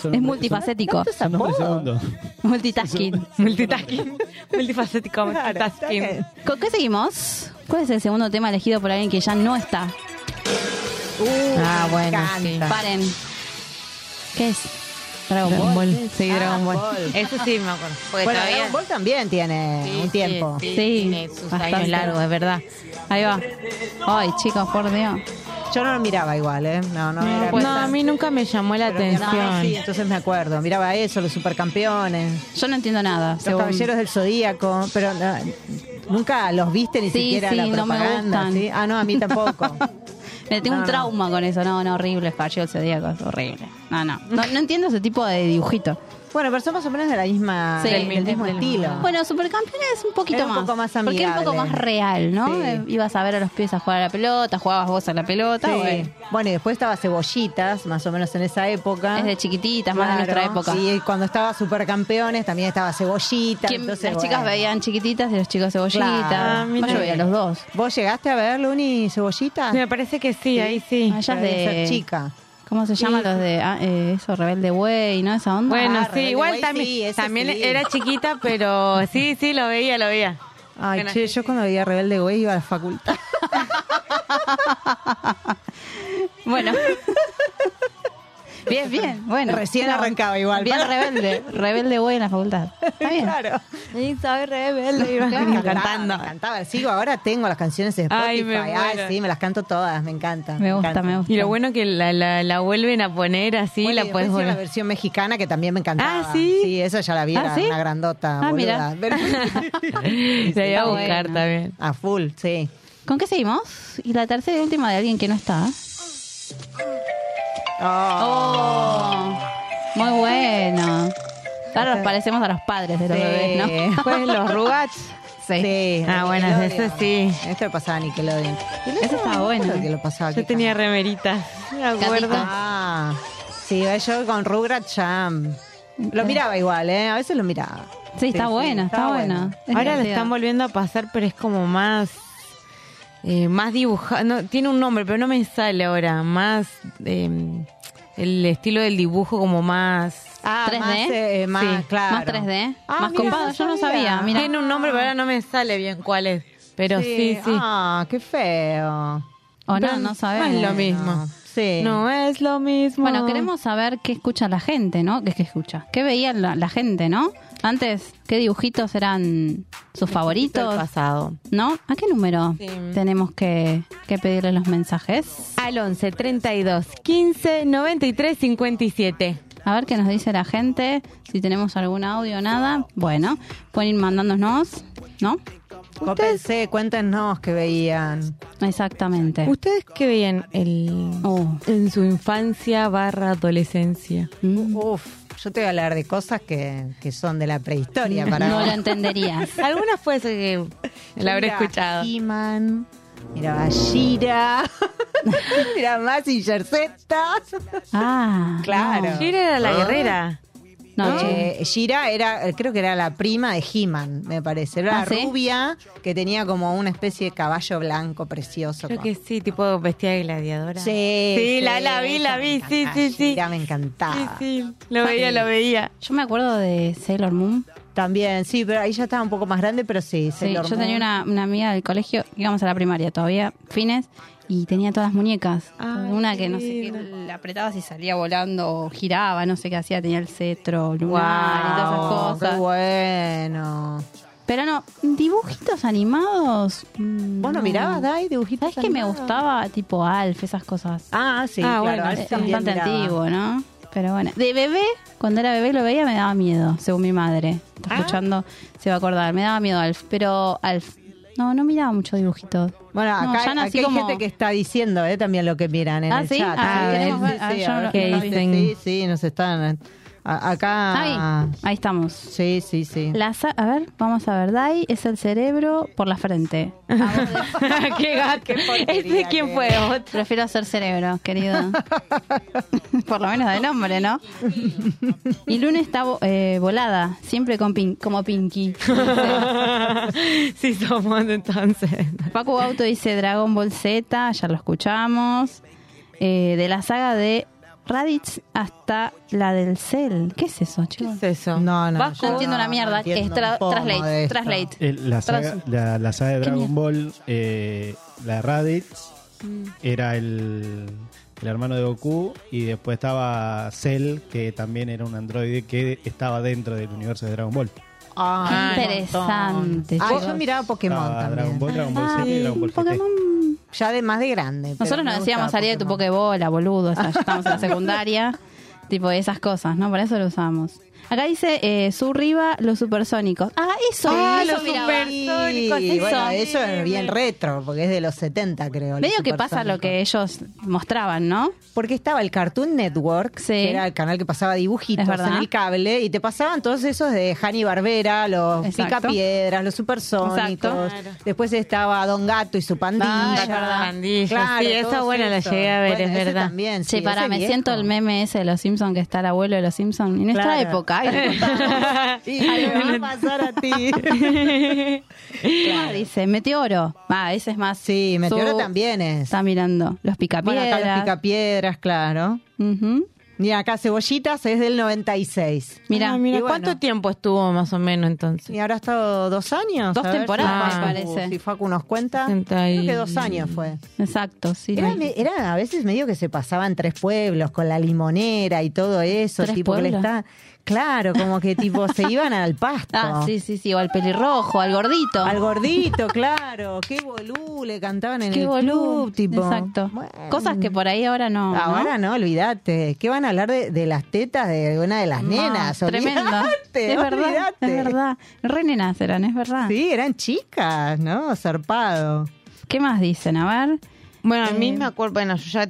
Speaker 6: nombres-
Speaker 3: multifacético.
Speaker 5: ¿Tantos
Speaker 6: Son nombres
Speaker 3: Oh.
Speaker 5: apodos?
Speaker 6: segundos.
Speaker 3: Multitasking.
Speaker 4: Multitasking. Multifacético,
Speaker 5: Claro, está
Speaker 4: multitasking.
Speaker 5: bien.
Speaker 3: ¿Con qué seguimos? ¿Cuál es el segundo tema elegido por alguien que ya no está?
Speaker 5: Uh,
Speaker 4: Ah,
Speaker 5: me
Speaker 4: bueno,
Speaker 5: encanta.
Speaker 4: sí.
Speaker 3: Paren. ¿Qué es? Dragon
Speaker 4: Dragon
Speaker 3: Ball.
Speaker 4: Ball. Sí,
Speaker 5: Ah,
Speaker 4: Dragon Ball.
Speaker 5: Ball.
Speaker 4: Eso sí me acuerdo. Porque
Speaker 5: Bueno,
Speaker 4: todavía-
Speaker 5: Dragon Ball también tiene
Speaker 4: Sí,
Speaker 5: un tiempo.
Speaker 4: Sí,
Speaker 3: Sí,
Speaker 4: tiene sus
Speaker 3: bastante.
Speaker 4: años largos, es verdad.
Speaker 3: Ahí va. Ay, chicos, por Dios.
Speaker 5: Yo no lo miraba igual, ¿eh? No, no, era
Speaker 3: pues,
Speaker 4: No,
Speaker 5: tan-
Speaker 4: a mí nunca me llamó la
Speaker 5: pero mi hermano
Speaker 4: atención.
Speaker 5: sí, entonces me acuerdo. Miraba eso, los supercampeones,
Speaker 3: Yo no entiendo nada.
Speaker 5: los
Speaker 3: según-
Speaker 5: caballeros del zodíaco, pero no, nunca los viste ni
Speaker 3: Sí,
Speaker 5: siquiera
Speaker 3: sí,
Speaker 5: la
Speaker 3: no me
Speaker 5: propaganda.
Speaker 3: gustan.
Speaker 5: ¿sí? Ah, no, a mí tampoco.
Speaker 3: Le tengo
Speaker 5: No,
Speaker 3: un
Speaker 5: no.
Speaker 3: trauma con eso. No, no, horrible. Falleció el zodíaco. Es horrible. No, no, no. no entiendo ese tipo de dibujito.
Speaker 5: Bueno, pero son más o menos de la misma,
Speaker 3: Sí,
Speaker 5: Ah, del,
Speaker 3: del
Speaker 5: mismo
Speaker 4: mismo.
Speaker 5: estilo.
Speaker 3: Bueno, Supercampeones es un poquito
Speaker 5: Era un
Speaker 3: más.
Speaker 5: poco más
Speaker 3: porque era un poco más
Speaker 5: amigable.
Speaker 3: real, ¿no?
Speaker 5: Sí.
Speaker 3: Eh, Ibas a ver a los pies a jugar a la pelota, jugabas vos a la pelota.
Speaker 5: Sí.
Speaker 3: bueno.
Speaker 5: Bueno, y después estaba Cebollitas, más o menos en esa época.
Speaker 3: Es de chiquititas, más de
Speaker 5: Ah. Claro,
Speaker 3: nuestra época.
Speaker 5: Y cuando estaba Supercampeones también estaba Cebollitas.
Speaker 3: ¿Quién-
Speaker 5: entonces,
Speaker 3: las chicas
Speaker 5: bueno.
Speaker 3: veían chiquititas y los chicos cebollitas. Ah,
Speaker 5: Claro.
Speaker 3: Bueno, yo veía los dos.
Speaker 5: ¿Vos llegaste a ver Luni y Cebollitas?
Speaker 4: Me parece que sí, Ah, ahí sí.
Speaker 3: Allá es
Speaker 5: Debe
Speaker 3: de.
Speaker 5: ser chica.
Speaker 3: ¿Cómo se llaman
Speaker 4: Y-
Speaker 3: los de ah, eh, eso, Rebelde Güey, ¿no? Esa onda.
Speaker 4: Bueno,
Speaker 5: Ah,
Speaker 4: sí,
Speaker 5: Rebelde
Speaker 4: igual
Speaker 5: Way,
Speaker 4: también,
Speaker 5: sí, ese
Speaker 4: también
Speaker 5: sí.
Speaker 4: era chiquita, pero sí, sí, lo veía, lo veía.
Speaker 5: Ay,
Speaker 4: Bueno.
Speaker 5: che, yo cuando veía Rebelde Güey iba a la facultad.
Speaker 3: Bueno. Ah. bien, bien. Bueno.
Speaker 5: Recién
Speaker 3: Era
Speaker 5: arrancaba igual.
Speaker 3: Bien rebelde. Rebelde Güey en la facultad. Está bien.
Speaker 5: Claro.
Speaker 3: Sí, soy rebelde.
Speaker 4: iba
Speaker 5: Me
Speaker 4: cantando.
Speaker 5: encantaba, me encantaba. Sigo, ahora tengo las canciones de Spotify.
Speaker 4: Ay, me
Speaker 5: Ay,
Speaker 4: muero.
Speaker 5: sí, me las canto todas, me encanta.
Speaker 3: Me gusta,
Speaker 5: encanta.
Speaker 3: me gusta.
Speaker 4: Y lo bueno que la, la, la vuelven a poner así,
Speaker 5: Bueno, y
Speaker 4: la
Speaker 5: después
Speaker 4: puedes
Speaker 5: hizo la
Speaker 4: volver.
Speaker 5: versión mexicana que también me encantaba.
Speaker 4: Ah, ¿sí?
Speaker 5: Sí, esa ya la vi,
Speaker 3: Ah,
Speaker 5: era
Speaker 3: ¿sí?
Speaker 5: una grandota.
Speaker 3: Ah,
Speaker 5: boluda. Pero-
Speaker 4: La iba a
Speaker 3: Está
Speaker 4: buscar
Speaker 3: buena.
Speaker 4: también.
Speaker 5: a full, sí.
Speaker 3: ¿Con qué seguimos? Y la tercera y última de alguien que no está. Oh. Muy bueno. Ahora nos parecemos a los padres de los
Speaker 5: Sí.
Speaker 3: bebés, ¿no?
Speaker 4: Pues los Rugats.
Speaker 3: Sí.
Speaker 5: Sí,
Speaker 4: Ah, bueno,
Speaker 5: Nickelodeon.
Speaker 4: eso sí.
Speaker 5: Esto lo pasaba Nickelodeon.
Speaker 3: Eso estaba bueno.
Speaker 5: Creo que lo pasaba
Speaker 4: Yo
Speaker 5: aquí.
Speaker 4: tenía remeritas, me acuerdo.
Speaker 3: Catitas.
Speaker 5: Ah, sí, yo con Rugrats ya. mm, Lo miraba igual, ¿eh? A veces lo miraba.
Speaker 3: Sí, está buena, está
Speaker 5: estaba
Speaker 3: buena. Es
Speaker 4: Ahora lo
Speaker 3: divertida.
Speaker 4: están volviendo a pasar, pero es como más... eh, más dibujado, tiene un nombre, pero no me sale ahora. Más eh, el estilo del dibujo como más...
Speaker 5: Ah,
Speaker 3: 3D.
Speaker 5: Más, eh, más,
Speaker 4: Sí, más
Speaker 5: claro.
Speaker 3: Más 3D,
Speaker 5: Ah,
Speaker 3: más
Speaker 5: mira,
Speaker 3: copado, yo no sabía. Mira,
Speaker 4: Tiene un nombre, pero ahora no me sale bien cuál es. Pero sí, sí.
Speaker 5: Ah, qué feo.
Speaker 3: o no, no sabemos.
Speaker 4: No es lo mismo.
Speaker 5: Sí.
Speaker 4: No es lo mismo.
Speaker 3: Bueno, queremos saber qué escucha la gente, ¿no? ¿Qué es que escucha? ¿Qué veía la, la gente, no? Antes, ¿qué dibujitos eran sus
Speaker 4: Del
Speaker 3: favoritos?
Speaker 4: pasado.
Speaker 3: ¿No? ¿A qué número
Speaker 4: Sí.
Speaker 3: tenemos que, que pedirle los mensajes?
Speaker 4: Al 11 32 15 93 57.
Speaker 3: A ver qué nos dice la gente, si tenemos algún audio o nada. Bueno, pueden ir mandándonos, ¿no?
Speaker 5: Cópense, cuéntenos que veían.
Speaker 3: Exactamente.
Speaker 4: ¿Ustedes qué veían el,
Speaker 3: Oh.
Speaker 4: en su infancia barra adolescencia?
Speaker 3: Mm.
Speaker 5: Uf, yo te voy a hablar de cosas que, que son de la prehistoria para
Speaker 3: No
Speaker 5: vos.
Speaker 3: lo entenderías.
Speaker 4: Alguna fue esa que la habré
Speaker 5: Mira,
Speaker 4: escuchado.
Speaker 5: He-Man, mira Shira, mira Massinger Z.
Speaker 3: Ah,
Speaker 5: Claro.
Speaker 4: Shira era la guerrera.
Speaker 3: No, no, che.
Speaker 5: Eh, Shira era, eh, creo que era la prima de He-Man, me parece. Era
Speaker 3: Ah, ¿sí?
Speaker 5: rubia que tenía como una especie de caballo blanco precioso.
Speaker 4: Creo
Speaker 5: con-
Speaker 4: que sí, tipo vestida de gladiadora.
Speaker 5: Sí,
Speaker 4: Sí, la, la vi, la vi, sí,
Speaker 5: Ah,
Speaker 4: sí, sí.
Speaker 5: Shira me
Speaker 4: Sí,
Speaker 5: encantaba.
Speaker 4: sí, lo veía, lo veía.
Speaker 3: Yo me acuerdo de Sailor Moon.
Speaker 5: También, sí, pero ahí ya estaba un poco más grande, pero sí.
Speaker 3: Sí,
Speaker 5: Sailor
Speaker 3: yo
Speaker 5: Moon.
Speaker 3: tenía una, una amiga del colegio, íbamos a la primaria todavía, fines, y tenía todas las muñecas.
Speaker 4: Ay,
Speaker 3: una
Speaker 4: qué
Speaker 3: que no sé qué,
Speaker 4: lindo.
Speaker 3: la apretabas y salía volando, o giraba, no sé qué hacía, tenía el cetro, lunar y
Speaker 5: Oh,
Speaker 3: todas
Speaker 5: qué
Speaker 3: esas cosas.
Speaker 5: bueno.
Speaker 3: Pero no, dibujitos animados. mm,
Speaker 5: ¿Vos no mirabas, Dai, dibujitos?
Speaker 3: ¿Sabes que me
Speaker 5: animados?
Speaker 3: gustaba? Tipo Alf, esas cosas.
Speaker 5: Ah, sí,
Speaker 4: Ah,
Speaker 5: claro.
Speaker 4: bueno,
Speaker 5: ahí
Speaker 4: sí.
Speaker 3: es
Speaker 5: también
Speaker 3: bastante
Speaker 5: miraba.
Speaker 3: antiguo, ¿no? Pero bueno, de bebé, cuando era bebé lo veía me daba miedo, según mi madre. Está escuchando, se va a acordar. Me daba miedo Alf, pero Alf. No, no miraba mucho dibujitos.
Speaker 5: Bueno,
Speaker 3: No,
Speaker 5: acá,
Speaker 3: ya nací
Speaker 5: acá hay
Speaker 3: como-
Speaker 5: gente que está diciendo eh, también lo que miran en
Speaker 3: Ah,
Speaker 5: el
Speaker 3: ¿sí?
Speaker 5: chat.
Speaker 3: Ah,
Speaker 5: Sí,
Speaker 4: queremos
Speaker 5: sí,
Speaker 3: ver. Ah,
Speaker 5: sí,
Speaker 3: yo
Speaker 5: a
Speaker 3: no-
Speaker 5: ver
Speaker 3: no
Speaker 5: qué
Speaker 4: lo
Speaker 5: dicen.
Speaker 4: vi.
Speaker 5: Sí, sí, nos están... eh, a- acá...
Speaker 3: Ahí, ahí estamos.
Speaker 5: Sí, sí, sí.
Speaker 3: La sa- a ver, vamos a ver. Dai es el cerebro por la frente. Ah, A vos de-
Speaker 4: qué gato. ¿Este
Speaker 5: porquería
Speaker 4: quién
Speaker 5: que
Speaker 4: fue?
Speaker 5: es.
Speaker 4: Otro.
Speaker 3: Prefiero ser cerebro, querido. por lo menos de nombre, ¿no? Y Luna está vo- eh, volada, siempre con pin- como Pinky.
Speaker 4: sí, somos entonces.
Speaker 3: Paco Auto dice Dragon Ball Z, ya lo escuchamos. Eh, de la saga de Raditz hasta la del Cell. ¿Qué es eso,
Speaker 4: ¿Qué
Speaker 3: chicos?
Speaker 4: es eso?
Speaker 5: No, no,
Speaker 3: Vasco,
Speaker 5: yo
Speaker 3: no entiendo una mierda.
Speaker 5: entiendo
Speaker 3: es tra-
Speaker 5: un pomo de
Speaker 3: translate,
Speaker 5: esto.
Speaker 3: translate.
Speaker 6: El- la, saga,
Speaker 3: Tras-
Speaker 6: la, la saga de
Speaker 3: Qué
Speaker 6: Dragon
Speaker 3: mierda.
Speaker 6: Ball, eh, la de Raditz,
Speaker 3: Mm.
Speaker 6: era el, el hermano de Goku. Y después estaba Cell, que también era un androide que estaba dentro del universo de Dragon Ball.
Speaker 5: Ah,
Speaker 3: Qué
Speaker 5: un montón.
Speaker 3: interesante,
Speaker 5: Ah, yo
Speaker 3: chicos.
Speaker 5: miraba Pokémon
Speaker 6: Estaba
Speaker 5: también.
Speaker 6: Dragon Ball, Dragon Ball Z y
Speaker 3: Ay,
Speaker 6: Dragon Ball GT.
Speaker 3: Ah, Pokémon.
Speaker 5: Ya de más de grande. pero
Speaker 3: Nosotros
Speaker 5: me
Speaker 3: nos decíamos
Speaker 5: gustaba
Speaker 3: salir de tu
Speaker 5: Pokémon.
Speaker 3: pokebola, boludo. O sea, ya estamos en la secundaria. Tipo esas cosas, ¿no? Para eso lo usamos. Acá dice eh, su riba, los supersónicos. Ah, eso,
Speaker 4: Ah,
Speaker 3: eso
Speaker 4: los
Speaker 3: miraba.
Speaker 4: super- Supersónicos,
Speaker 5: Y bueno,
Speaker 4: eso.
Speaker 5: eso es bien retro, porque es de los 70, creo. los
Speaker 3: Medio que pasa lo que
Speaker 5: supersónicos.
Speaker 3: ellos mostraban, ¿no?
Speaker 5: Porque estaba el Cartoon Network,
Speaker 3: Sí.
Speaker 5: que era el canal que pasaba dibujitos
Speaker 3: Es verdad.
Speaker 5: en el cable, y te pasaban todos esos de Hanny Barbera, los
Speaker 3: Exacto.
Speaker 5: Picapiedras, los Supersónicos.
Speaker 4: Exacto. Claro.
Speaker 5: Después estaba Don Gato y su pandilla.
Speaker 3: Ah, es verdad.
Speaker 4: Pandilla, sí, esa
Speaker 5: todos
Speaker 4: buena la
Speaker 5: esos.
Speaker 4: llegué a ver,
Speaker 5: Bueno,
Speaker 4: es
Speaker 5: ese
Speaker 4: verdad.
Speaker 5: También,
Speaker 3: Sí,
Speaker 5: sí,
Speaker 3: para,
Speaker 5: ese
Speaker 3: me
Speaker 5: viejo.
Speaker 3: siento el meme ese de los Simpsons que está el abuelo de los Simpsons. En nuestra
Speaker 5: Claro.
Speaker 3: época. ay,
Speaker 5: Y me va a pasar a ti.
Speaker 3: Ah, dice Meteoro. Ah, ese es más.
Speaker 5: Sí, Meteoro
Speaker 3: su-
Speaker 5: también es.
Speaker 3: Está mirando. Los
Speaker 5: Bueno,
Speaker 3: picapiedras.
Speaker 5: acá los Picapiedras, claro.
Speaker 3: Ujú.
Speaker 5: Y acá Cebollitas es del 96.
Speaker 3: Mira,
Speaker 4: Ah, mira,
Speaker 5: y bueno.
Speaker 4: ¿cuánto tiempo estuvo más o menos entonces?
Speaker 5: Y habrá estado dos años.
Speaker 3: Dos
Speaker 5: A ver si
Speaker 3: temporadas,
Speaker 5: Facu-
Speaker 3: me parece.
Speaker 5: Si Facu nos cuenta.
Speaker 4: Sesenta y-
Speaker 5: Creo que dos años fue.
Speaker 3: exacto, sí.
Speaker 5: Era, era a veces medio que se pasaban tres pueblos con la limonera y todo eso.
Speaker 3: ¿Tres
Speaker 5: tipo que le
Speaker 3: pueblos?
Speaker 5: está- Claro, como que tipo se iban al pasto.
Speaker 3: Ah, sí, sí, sí. O al pelirrojo, al gordito.
Speaker 5: Al gordito, claro. Qué bolú le cantaban en
Speaker 3: Qué
Speaker 5: el
Speaker 3: boludo.
Speaker 5: club, tipo.
Speaker 3: Exacto.
Speaker 5: Bueno.
Speaker 3: Cosas que por ahí ahora no. ¿no?
Speaker 5: Ahora no, olvídate. ¿Qué van a hablar de, de las tetas de una de las
Speaker 3: No,
Speaker 5: nenas?
Speaker 3: Ah, Tremendo.
Speaker 5: Olvídate,
Speaker 3: es verdad.
Speaker 5: olvídate.
Speaker 3: Es verdad. Re nenas eran, es verdad.
Speaker 5: Sí, eran chicas, ¿no? Zarpado.
Speaker 3: ¿Qué más dicen? A ver.
Speaker 4: Bueno, a
Speaker 5: eh,
Speaker 4: mí me acuerdo, bueno, yo ya.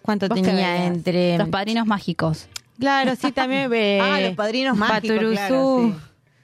Speaker 4: ¿Cuánto
Speaker 3: ¿vos qué
Speaker 4: tenía
Speaker 3: veías?
Speaker 4: entre.?
Speaker 3: Los padrinos mágicos.
Speaker 4: Claro, sí, también. eh, ve-
Speaker 5: Ah, los padrinos mágicos,
Speaker 4: Paturuzú.
Speaker 5: claro, sí.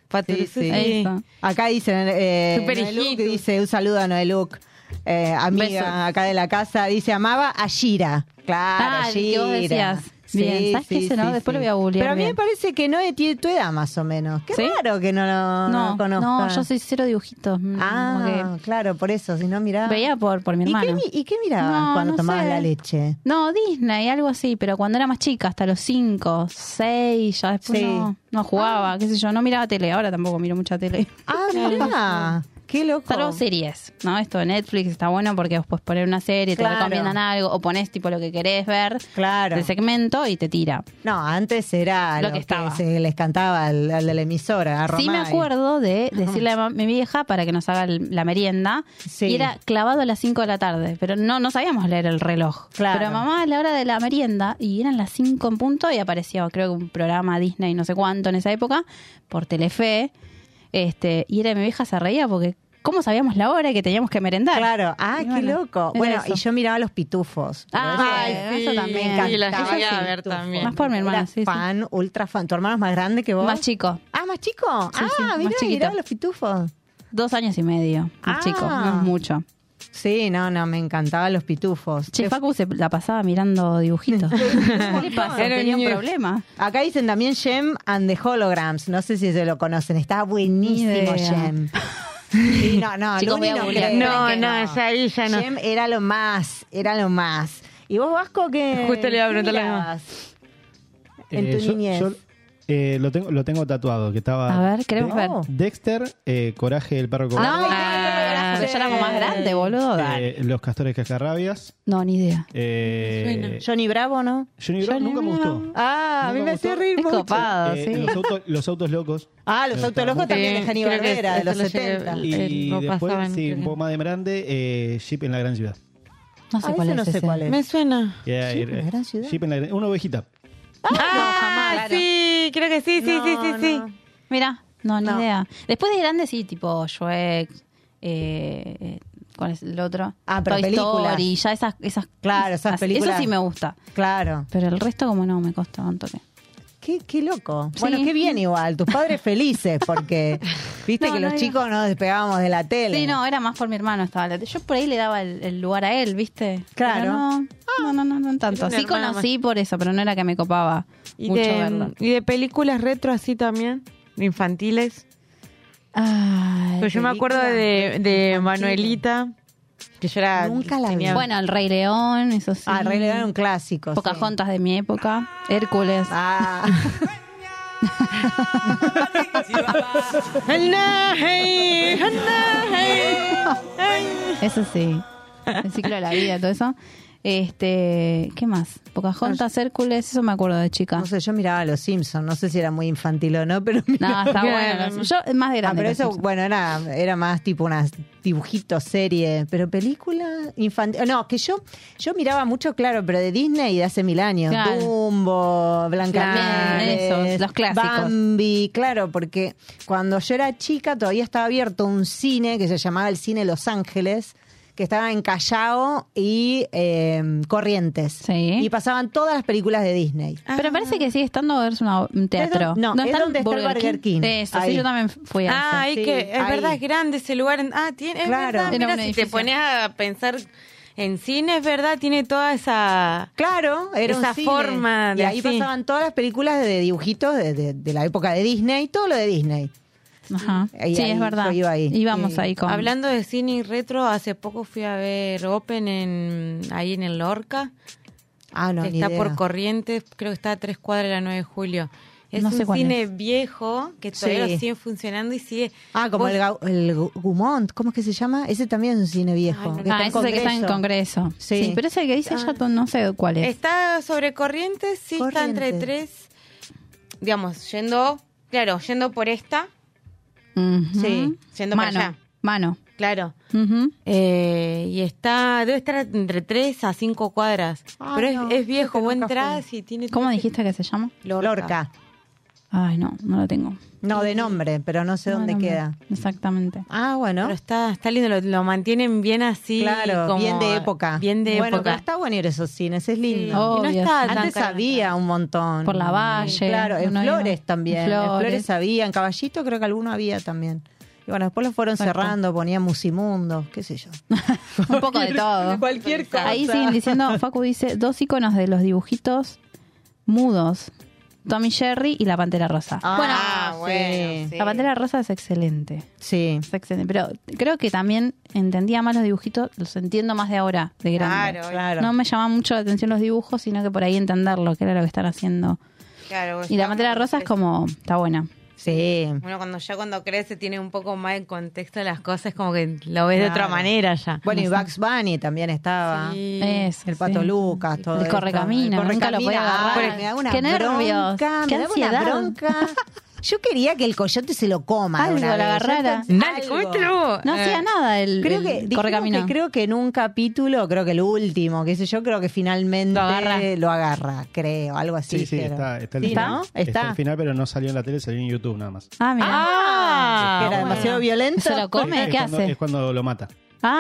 Speaker 4: Paturuzú,
Speaker 5: Sí, sí.
Speaker 4: sí.
Speaker 3: Eso.
Speaker 5: Acá dicen, eh,
Speaker 4: Super
Speaker 5: Noeluc
Speaker 4: hijito.
Speaker 5: dice un saludo a Noeluc, eh, amiga
Speaker 3: Beso.
Speaker 5: acá de la casa, dice amaba a Shira. Claro,
Speaker 3: Ah, el que
Speaker 5: Shira.
Speaker 3: vos decías. Bien, ¿sabes qué ese no? Después lo voy a googlear
Speaker 5: Pero a mí me
Speaker 3: bien.
Speaker 5: parece que Noe tiene tu edad más o menos. Qué
Speaker 3: ¿Sí?
Speaker 5: raro que no lo
Speaker 3: No,
Speaker 5: no conozca.
Speaker 3: no, yo soy cero dibujitos. Mm,
Speaker 5: Ah,
Speaker 3: como
Speaker 5: claro, por eso, si no
Speaker 3: que
Speaker 5: miraba.
Speaker 3: Veía por, por mi
Speaker 5: ¿Y, qué,
Speaker 3: hermano.
Speaker 5: mi- y qué mirabas
Speaker 3: No,
Speaker 5: cuando
Speaker 3: no
Speaker 5: tomabas
Speaker 3: sé.
Speaker 5: la leche?
Speaker 3: No, Disney, algo así, pero cuando era más chica, hasta los 5, 6, ya después
Speaker 5: Sí.
Speaker 3: no, no jugaba, qué sé yo, no miraba tele, ahora tampoco miro mucha tele.
Speaker 5: Ah, mirá, qué loco.
Speaker 3: Salvo series, ¿no? Esto de Netflix está bueno porque vos puedes poner una serie, te
Speaker 5: Claro.
Speaker 3: recomiendan algo, o pones tipo lo que querés ver
Speaker 5: Claro.
Speaker 3: de segmento y te tira.
Speaker 5: No, antes era
Speaker 3: Lo
Speaker 5: lo,
Speaker 3: que
Speaker 5: que,
Speaker 3: estaba.
Speaker 5: se les cantaba al, al de la emisora, a
Speaker 3: Sí me
Speaker 5: Romay.
Speaker 3: acuerdo de decirle a ma- mi vieja para que nos haga el- la merienda
Speaker 5: Sí.
Speaker 3: y era clavado a las 5 de la tarde, pero no, no sabíamos leer el reloj.
Speaker 5: Claro.
Speaker 3: Pero mamá a la hora de la merienda y eran las 5 en punto y aparecía creo que un programa Disney no sé cuánto en esa época por Telefe este y era mi vieja se reía porque ¿cómo sabíamos la hora que teníamos que merendar?
Speaker 5: Claro, ah,
Speaker 3: Y
Speaker 5: qué
Speaker 3: bueno,
Speaker 5: loco.
Speaker 3: era
Speaker 5: Bueno,
Speaker 3: eso.
Speaker 5: y yo miraba los pitufos. Pero
Speaker 3: Ah,
Speaker 5: ese-
Speaker 3: Ay, eso también.
Speaker 5: Me
Speaker 4: Y la
Speaker 5: encantaba.
Speaker 4: llegué a
Speaker 5: Sí.
Speaker 4: ver también.
Speaker 3: Más por mi hermana,
Speaker 5: Era
Speaker 3: sí, sí.
Speaker 5: fan, ultra fan. ¿Tu hermano es más grande que vos?
Speaker 3: Más chico,
Speaker 5: Ah, más chico.
Speaker 3: Sí,
Speaker 5: ah,
Speaker 3: sí, más
Speaker 5: mirá,
Speaker 3: chiquito.
Speaker 5: mirá los pitufos.
Speaker 3: dos años y medio, más
Speaker 5: Ah.
Speaker 3: chico, no es mucho.
Speaker 5: Sí, no, no, me encantaban los pitufos.
Speaker 3: Che,
Speaker 5: Te-
Speaker 3: Facu se la pasaba mirando dibujitos. ¿Qué le pasa?
Speaker 4: Era un
Speaker 3: Tenía un
Speaker 4: niño.
Speaker 3: problema.
Speaker 5: Acá dicen también Gem and the Holograms. No sé si se lo conocen. Está
Speaker 3: Ni
Speaker 5: buenísimo
Speaker 3: idea.
Speaker 5: Gem. Sí, no, no,
Speaker 3: Chicos, voy
Speaker 5: Luni
Speaker 3: a
Speaker 5: no,
Speaker 3: googlear.
Speaker 5: cree.
Speaker 4: No,
Speaker 5: que
Speaker 4: no, ya ahí ya no.
Speaker 5: Gem era lo más, era lo más. ¿Y vos, Vasco, qué?
Speaker 4: Justo le iba a
Speaker 5: qué
Speaker 4: preguntar lo
Speaker 5: mirabas? En
Speaker 6: Eh,
Speaker 5: tu
Speaker 6: yo-
Speaker 5: niñez.
Speaker 6: yo, eh, lo, tengo, lo tengo tatuado, que estaba...
Speaker 3: A ver, queremos
Speaker 5: No.
Speaker 3: ver.
Speaker 6: Dexter, eh, Coraje, el perro cobarde,
Speaker 5: Ay,
Speaker 3: Ah,
Speaker 5: no,
Speaker 3: pero ya éramos más grande, boludo. Ah, dale.
Speaker 6: eh, Los castores cascarrabias,
Speaker 3: No, ni idea.
Speaker 6: eh,
Speaker 5: Johnny Bravo, ¿no?
Speaker 6: Johnny Bravo nunca me gustó.
Speaker 5: Ah, a mí
Speaker 6: Nunca
Speaker 5: me
Speaker 6: gustó.
Speaker 5: hacía reír
Speaker 3: Es
Speaker 5: mucho.
Speaker 3: copado,
Speaker 6: Eh,
Speaker 3: sí.
Speaker 6: los, autos, los autos locos.
Speaker 5: Ah, los autolocos también de Jenny
Speaker 4: creo que
Speaker 5: Barbera, de
Speaker 4: eso
Speaker 5: los
Speaker 4: lo llegué a
Speaker 5: 70.
Speaker 4: ver.
Speaker 6: Y
Speaker 4: Lo
Speaker 6: después,
Speaker 4: pasaban,
Speaker 6: sí,
Speaker 4: creo
Speaker 6: un
Speaker 4: que-
Speaker 6: poco más de grande, eh, Jeep en la gran ciudad.
Speaker 3: No sé
Speaker 5: Ah,
Speaker 3: cuál
Speaker 5: ese
Speaker 3: es
Speaker 5: no sé
Speaker 3: ese.
Speaker 5: cuál es.
Speaker 4: Me suena.
Speaker 6: Que era-
Speaker 5: Jeep en la gran ciudad.
Speaker 6: eh, Jeep en la gran- una ovejita.
Speaker 4: Ah, sí, creo que sí, sí, sí, sí, sí.
Speaker 3: Mira, no, ni
Speaker 5: No.
Speaker 3: idea. Después de grande sí, tipo Shrek, eh, eh, ¿cuál es el otro?
Speaker 5: Ah, pero
Speaker 3: Toy
Speaker 5: películas.
Speaker 3: Story, ya esas, esas
Speaker 5: Claro, esas películas.
Speaker 3: Eso sí me gusta.
Speaker 5: Claro.
Speaker 3: Pero el resto como no, me costó un toque.
Speaker 5: Qué, qué loco.
Speaker 3: Sí.
Speaker 5: Bueno, qué bien igual. Tus padres felices porque viste
Speaker 3: No,
Speaker 5: que
Speaker 3: no
Speaker 5: los
Speaker 3: había-
Speaker 5: chicos nos despegábamos de la tele.
Speaker 3: Sí, no, era más por mi hermano estaba. la- Yo por ahí le daba el, el lugar a él, ¿viste?
Speaker 5: Claro. Ah,
Speaker 3: Pero No, no, no, no, no tanto.
Speaker 4: Era una
Speaker 3: Sí
Speaker 4: hermana
Speaker 3: conocí por eso, pero no era que me copaba
Speaker 4: Y
Speaker 3: mucho
Speaker 4: de,
Speaker 3: verlo.
Speaker 4: y de películas retro así también, infantiles.
Speaker 3: Ay,
Speaker 4: Pues yo me acuerdo de, de Manuelita, que yo era...
Speaker 5: Nunca la
Speaker 4: tenía-
Speaker 5: vi.
Speaker 3: Bueno, el Rey León, eso sí.
Speaker 5: Ah, Rey León era un clásico. sí.
Speaker 3: Pocahontas de mi época. Hércules.
Speaker 5: Ah.
Speaker 4: ¡Anahe! ¡Anahe!
Speaker 3: Eso sí. El ciclo de la vida, todo eso. Este, ¿qué más? Pocahontas, Hércules, eso me acuerdo de chica.
Speaker 5: No sé, yo miraba a los Simpsons, no sé si era muy infantil o no, pero
Speaker 3: No,
Speaker 5: miraba-
Speaker 3: está bueno. Yo más de
Speaker 5: Ah,
Speaker 3: grande.
Speaker 5: pero
Speaker 3: los
Speaker 5: eso,
Speaker 3: Simpsons.
Speaker 5: bueno, era, era más tipo una dibujito, serie, pero película infantil. No, que yo yo miraba mucho, claro, pero de Disney de hace mil años.
Speaker 3: Claro.
Speaker 5: Dumbo,
Speaker 3: Claro,
Speaker 5: Blancanieves,
Speaker 3: esos, los clásicos.
Speaker 5: Bambi, claro, porque cuando yo era chica todavía estaba abierto un cine que se llamaba el Cine Los Ángeles, que estaba en Callao y eh, Corrientes.
Speaker 3: Sí.
Speaker 5: Y pasaban todas las películas de Disney.
Speaker 3: Pero parece que sigue estando es una- un teatro.
Speaker 5: Es do- no, es
Speaker 3: está el
Speaker 5: donde está el Burger King.
Speaker 3: Eso, sí,
Speaker 5: Ahí.
Speaker 3: yo también fui a
Speaker 4: Ah,
Speaker 3: ese.
Speaker 4: hay
Speaker 5: Sí,
Speaker 4: que, es
Speaker 5: ahí.
Speaker 4: verdad, es grande ese lugar. en- Ah, tiene, es
Speaker 5: Claro.
Speaker 4: verdad, mira,
Speaker 3: Era un
Speaker 4: si te
Speaker 3: edificio.
Speaker 4: pones a pensar en cine, es verdad, tiene toda esa...
Speaker 5: Claro, era un
Speaker 4: Esa
Speaker 5: cine.
Speaker 4: forma
Speaker 5: y
Speaker 4: de
Speaker 5: ahí
Speaker 4: así.
Speaker 5: pasaban todas las películas de dibujitos de, de- de la época de Disney, todo lo de Disney.
Speaker 3: Ajá.
Speaker 5: Ahí-
Speaker 3: sí,
Speaker 5: ahí
Speaker 3: es verdad.
Speaker 5: yo iba ahí.
Speaker 3: Íbamos
Speaker 5: Sí.
Speaker 3: ahí con.
Speaker 4: Hablando de cine y retro, hace poco fui a ver Open en, ahí en el Lorca,
Speaker 5: Ah, no,
Speaker 4: que
Speaker 5: ni
Speaker 4: está
Speaker 5: idea.
Speaker 4: por Corrientes, creo que está a tres cuadras de la 9 de julio. Es
Speaker 3: No sé
Speaker 4: un
Speaker 3: cuál
Speaker 4: cine viejo que todavía
Speaker 5: Sí.
Speaker 4: lo sigue funcionando y sigue...
Speaker 5: Ah, como
Speaker 4: vos-
Speaker 5: el, Gau- el Gu- Gaumont, ¿cómo es que se llama? Ese también es un cine
Speaker 4: Ay,
Speaker 5: viejo.
Speaker 4: no
Speaker 5: que
Speaker 4: lo
Speaker 3: Ah,
Speaker 5: en
Speaker 3: ese es el que está en congreso.
Speaker 5: Sí. Ah.
Speaker 3: Sí, pero ese que dice ya no sé cuál es.
Speaker 4: Está sobre corrientes, sí, está entre
Speaker 5: Corrientes.
Speaker 4: tres. Digamos, yendo, claro, yendo por esta,
Speaker 3: Ujú.
Speaker 4: Sí, yendo para
Speaker 3: Mano.
Speaker 4: allá.
Speaker 3: Mano.
Speaker 4: claro.
Speaker 3: Ujú.
Speaker 4: Eh, y está, debe estar entre tres a cinco cuadras.
Speaker 5: Ay,
Speaker 4: Pero es-
Speaker 5: no,
Speaker 4: es,
Speaker 5: creo
Speaker 4: viejo,
Speaker 5: que
Speaker 4: vos
Speaker 5: nunca
Speaker 4: entras y tiene.
Speaker 3: ¿Cómo
Speaker 4: todo ese-
Speaker 3: dijiste que se llama?
Speaker 5: Lorca.
Speaker 3: Ay, no, no lo tengo.
Speaker 5: No, de nombre, pero no sé
Speaker 3: No,
Speaker 5: dónde
Speaker 3: no me-
Speaker 5: queda.
Speaker 3: Exactamente.
Speaker 5: Ah, bueno.
Speaker 4: Pero está, está lindo, lo, lo mantienen bien así.
Speaker 5: claro,
Speaker 4: como-
Speaker 5: bien de época.
Speaker 4: Bien de
Speaker 5: bueno,
Speaker 4: época.
Speaker 5: pero está bueno ir a esos cines, es
Speaker 4: Sí.
Speaker 5: lindo.
Speaker 3: Oh,
Speaker 4: Y no
Speaker 3: Obvio.
Speaker 4: está tan
Speaker 5: Antes
Speaker 4: caro.
Speaker 5: había un montón. Mm,
Speaker 3: Por la valle.
Speaker 5: Claro, en
Speaker 3: Uno iba-
Speaker 5: Flores también. En Flores.
Speaker 3: Flores.
Speaker 5: había, en Caballito creo que alguno había también. Y bueno, después los fueron
Speaker 3: Exacto.
Speaker 5: cerrando, ponían musimundo, qué sé yo.
Speaker 3: Un poco de todo.
Speaker 5: Cualquier cosa.
Speaker 3: Ahí siguen diciendo, Facu dice, dos iconos de los dibujitos mudos. Tommy Jerry y la Pantera Rosa.
Speaker 5: Ah,
Speaker 4: Bueno,
Speaker 5: sí.
Speaker 4: bueno, sí.
Speaker 3: La Pantera Rosa es excelente.
Speaker 5: Sí.
Speaker 3: Es excelente. Pero creo que también entendía más los dibujitos, los entiendo más de ahora, de grande.
Speaker 4: Claro,
Speaker 5: Claro.
Speaker 3: No me llamaban mucho la atención los dibujos, sino que por ahí entenderlo, que era lo que están haciendo.
Speaker 4: claro.
Speaker 3: Y la Pantera Rosa es como, está buena.
Speaker 5: Sí.
Speaker 4: Bueno, cuando ya cuando crece tiene un poco más el contexto de las cosas, como que lo ves de
Speaker 5: Claro.
Speaker 4: otra manera ya.
Speaker 5: Bueno, y Bugs Bunny también estaba.
Speaker 4: Sí.
Speaker 3: Eso,
Speaker 5: El Pato
Speaker 3: sí.
Speaker 5: Lucas, todo
Speaker 3: El
Speaker 5: esto.
Speaker 3: correcamino,
Speaker 5: El
Speaker 3: nunca lo podía
Speaker 5: correcamino,
Speaker 3: agarrar.
Speaker 5: ay, me da una
Speaker 3: Qué nervios,
Speaker 5: bronca,
Speaker 3: qué
Speaker 5: me daba
Speaker 3: ansiedad.
Speaker 5: una bronca. Yo quería que el coyote se lo coma.
Speaker 3: Algo,
Speaker 5: de
Speaker 3: lo
Speaker 5: una vez. Yo
Speaker 3: agarrara.
Speaker 5: te-
Speaker 4: Dale,
Speaker 5: algo.
Speaker 4: cómetelo.
Speaker 3: No
Speaker 4: Eh,
Speaker 3: hacía nada el,
Speaker 5: Creo
Speaker 3: el
Speaker 5: que, dijimos
Speaker 3: correcamino.
Speaker 5: que creo que en un capítulo, creo que el último, qué sé yo, creo que finalmente
Speaker 4: Lo agarra.
Speaker 5: lo agarra, creo, algo así.
Speaker 6: Sí, sí,
Speaker 5: pero-
Speaker 6: está, está el
Speaker 5: Sí,
Speaker 6: final.
Speaker 5: ¿no?
Speaker 6: Está. el final, pero no salió en la tele, salió en YouTube nada más.
Speaker 3: Ah, mira.
Speaker 4: Ah,
Speaker 5: Que era
Speaker 4: bueno.
Speaker 5: demasiado violento.
Speaker 3: ¿Se lo come?
Speaker 6: Es
Speaker 3: ¿Qué
Speaker 6: cuando-
Speaker 3: hace?
Speaker 6: Es cuando lo mata.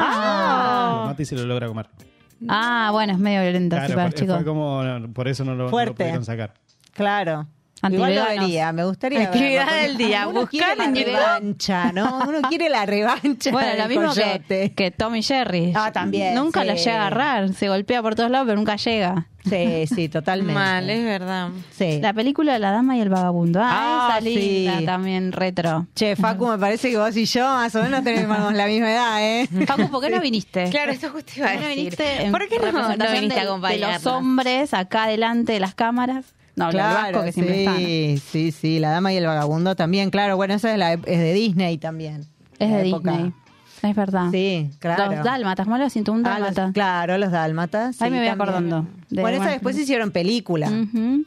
Speaker 3: Ah,
Speaker 6: Lo mata y se lo logra comer.
Speaker 3: Ah, bueno, es medio violento,
Speaker 6: Claro,
Speaker 3: sí, para
Speaker 6: fue,
Speaker 3: los chicos.
Speaker 6: fue como, por eso no lo, no lo
Speaker 5: Fuerte.
Speaker 6: pudieron sacar.
Speaker 5: Claro. Igual lo
Speaker 3: Antiveganos.
Speaker 5: vería, me gustaría verlo,
Speaker 4: Actividad
Speaker 5: porque
Speaker 4: del día,
Speaker 5: uno quiere
Speaker 4: buscar
Speaker 5: la
Speaker 4: en YouTube.
Speaker 5: revancha, ¿no? Uno quiere la revancha
Speaker 3: Bueno, lo
Speaker 5: del
Speaker 3: mismo que,
Speaker 5: coyote.
Speaker 3: que Tom y Jerry.
Speaker 5: Ah, también,
Speaker 3: Nunca
Speaker 5: sí.
Speaker 3: lo llega a agarrar. Se golpea por todos lados, pero nunca llega.
Speaker 5: Sí, sí, totalmente.
Speaker 4: Mal, ¿eh? es verdad.
Speaker 5: Sí.
Speaker 3: La película de la dama y el vagabundo. Ah,
Speaker 5: Ah,
Speaker 3: esa linda
Speaker 5: sí.
Speaker 3: también, retro.
Speaker 5: Che, Facu, me parece que vos y yo más o menos tenemos la misma edad, ¿eh?
Speaker 3: Facu, ¿por qué no viniste?
Speaker 4: Claro, eso justo iba a
Speaker 3: ¿Por qué no
Speaker 4: decir.
Speaker 3: viniste en
Speaker 4: ¿Por qué no, no
Speaker 3: representación
Speaker 4: viniste
Speaker 3: de-
Speaker 4: a
Speaker 3: de, los
Speaker 4: acompañarnos?
Speaker 3: hombres acá delante de las cámaras? No, los vascos que siempre están.
Speaker 5: sí, sí, sí, La Dama y el Vagabundo también, claro. Bueno, esa es, la, ep- es de Disney también.
Speaker 3: Es
Speaker 5: La
Speaker 3: de
Speaker 5: época.
Speaker 3: Disney. Es verdad.
Speaker 5: Sí, claro.
Speaker 3: Los dálmatas, malo siento un
Speaker 5: Ah, los-
Speaker 3: dálmata.
Speaker 5: claro, los dálmatas.
Speaker 3: Ahí
Speaker 5: sí,
Speaker 3: me voy
Speaker 5: también.
Speaker 3: acordando de-
Speaker 5: bueno, esa
Speaker 3: bueno.
Speaker 5: después hicieron película.
Speaker 3: Ujú.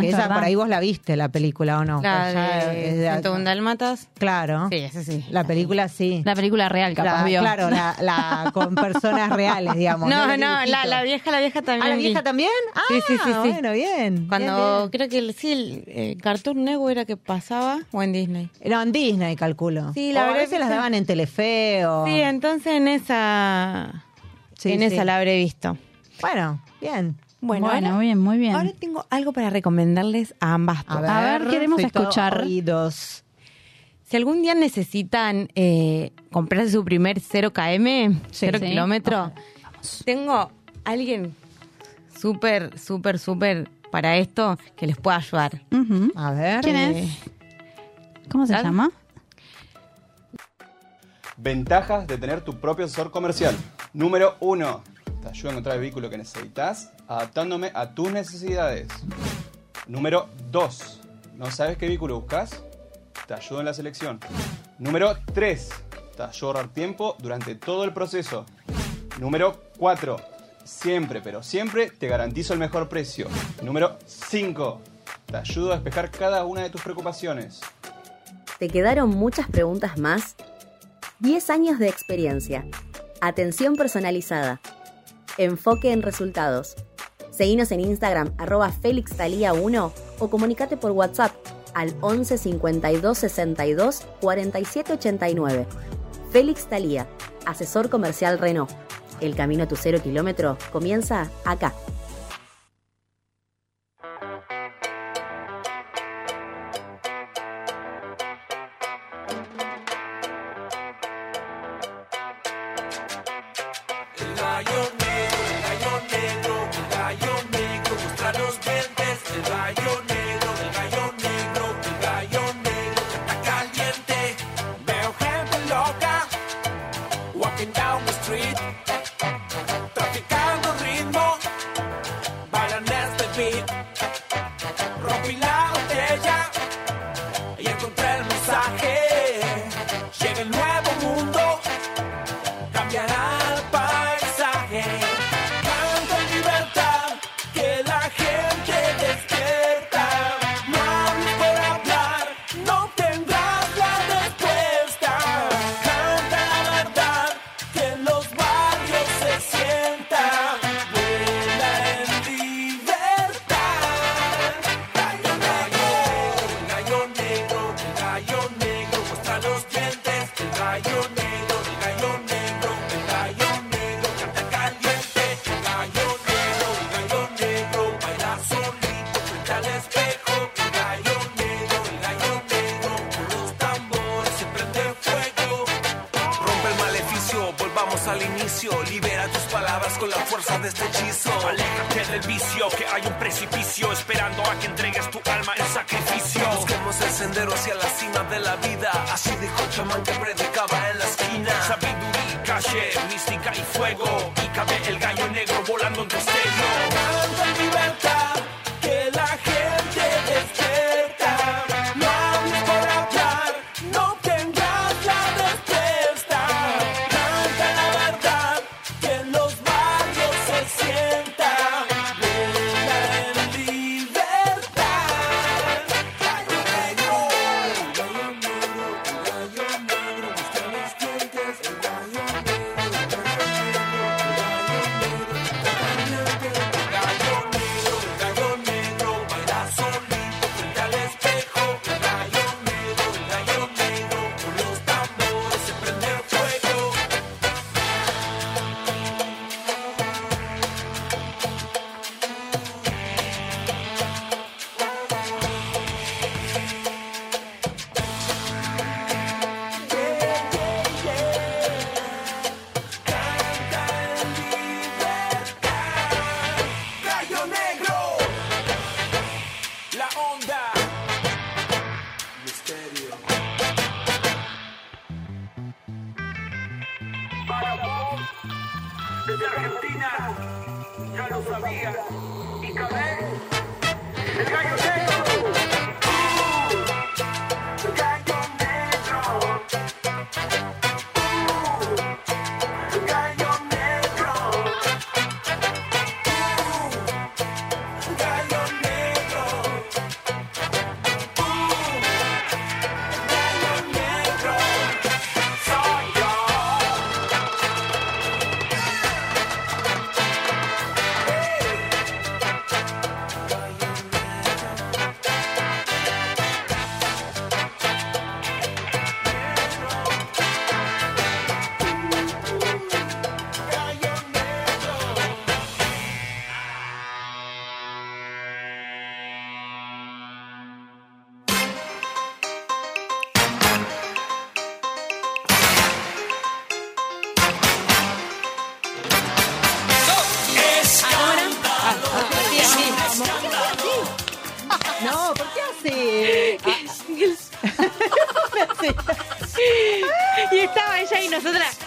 Speaker 5: Que
Speaker 3: Es
Speaker 5: esa
Speaker 3: verdad.
Speaker 5: por ahí vos la viste, la película, ¿o no? Pues
Speaker 4: La
Speaker 5: ya es de-
Speaker 4: de 101 Dálmatas.
Speaker 5: Claro.
Speaker 4: Sí, esa sí.
Speaker 5: La película sí.
Speaker 3: La película real, capaz
Speaker 5: La-
Speaker 3: vio.
Speaker 5: Claro, la, la- con personas reales, digamos.
Speaker 4: No, no,
Speaker 5: Los
Speaker 4: la,
Speaker 5: dibujitos.
Speaker 4: la vieja, la vieja también.
Speaker 5: ¿Ah, la vieja
Speaker 4: vi.
Speaker 5: también? Ah,
Speaker 4: Sí, sí, sí, sí.
Speaker 5: bueno, bien.
Speaker 4: Cuando
Speaker 5: bien, bien.
Speaker 4: creo que el, sí, el, eh, Cartoon Network era que pasaba o en Disney.
Speaker 5: No, en Disney, calculo.
Speaker 4: Sí, la
Speaker 5: O
Speaker 4: verdad
Speaker 5: A veces
Speaker 4: que
Speaker 5: las
Speaker 4: sí.
Speaker 5: daban en Telefe o...
Speaker 4: Sí, entonces en esa.
Speaker 5: Ah. Sí,
Speaker 4: en
Speaker 5: sí.
Speaker 4: esa la habré visto.
Speaker 5: Bueno, bien.
Speaker 3: Bueno, muy bien, muy bien.
Speaker 4: ahora tengo algo para recomendarles a ambas.
Speaker 5: A
Speaker 4: dos.
Speaker 5: ver,
Speaker 3: A ver, queremos
Speaker 5: soy todo
Speaker 3: escuchar.
Speaker 5: Oídos.
Speaker 4: Si algún día necesitan eh, comprarse su primer 0KM, 0
Speaker 3: Sí.
Speaker 4: kilómetro, tengo alguien súper, súper, súper para esto que les pueda ayudar.
Speaker 3: Ujú.
Speaker 5: A ver.
Speaker 3: ¿Quién
Speaker 5: eh,
Speaker 3: es? ¿Cómo se
Speaker 4: ¿Tal?
Speaker 3: llama?
Speaker 8: Ventajas de tener tu propio asesor comercial. Número 1. Te ayuda a encontrar el vehículo que necesitas, adaptándome a tus necesidades. Número 2. ¿No sabes qué vehículo buscas? Te ayudo en la selección. Número 3. Te ayuda a ahorrar tiempo durante todo el proceso. Número 4. Siempre, pero siempre te garantizo el mejor precio. Número 5. Te ayudo a despejar cada una de tus preocupaciones.
Speaker 9: ¿Te quedaron muchas preguntas más? 10 años de experiencia. Atención personalizada. Enfoque en resultados. Seguinos en Instagram arroba Félix 1 o comunicate por WhatsApp al 11 52 62 47 89. Félix Talía, asesor comercial Renault. El camino a tu cero kilómetro comienza acá.
Speaker 2: Veo gente loca Walking down the street Traficando ritmo Bailan este beat Rompí la botella Y encontré el mensaje Llega el nuevo mundo Cambiará el paisaje Canto en libertad Que la gente despierta No hables por hablar No tendrás la respuesta Canta la verdad Que los barrios se sientan Vuela en libertad Gallo negro, el gallo negro, el gallo negro Muestra los dientes El gallo negro, el gallo negro, el gallo negro Canta caliente El gallo negro, el gallo negro Baila solito frente al espejo El gallo negro, el gallo negro Con los tambores se prende fuego Rompe el maleficio, volvamos al inicio. Libera tus palabras con la fuerza de este hechizo. Aléjate del vicio, que hay un precipicio. Esperando a que entregues tu alma en sacrificio. Busquemos el sendero hacia la cima de la vida. Así dijo el chamán que predicaba en la esquina. Sabiduría y calle, mística y fuego. Y cabe el gallo negro volando en tu sello. Canta en libertad, que la gente despierta. No hables por hablar, no tendrás la respuesta. Canta la verdad, que los barrios se sientan. Vuela en libertad. Gallo negro, gallo negro, gallo negro, busca los dientes. El gallo negro, el gallo negro, el gallo negro, está caliente. El gallo negro, el gallo negro, baila solito frente al espejo. El gallo negro, el gallo negro, con los tambores se prende fuego. Gallo negro, la onda, misterio. Para vos, desde Argentina, ya lo sabía. Y Cabé, el gallo negro. Uh, el gallo negro. Uh, el gallo negro. Gallo negro, gallo negro, soy yo.
Speaker 5: No, ¿por qué así?
Speaker 4: y estaba ella y nosotras.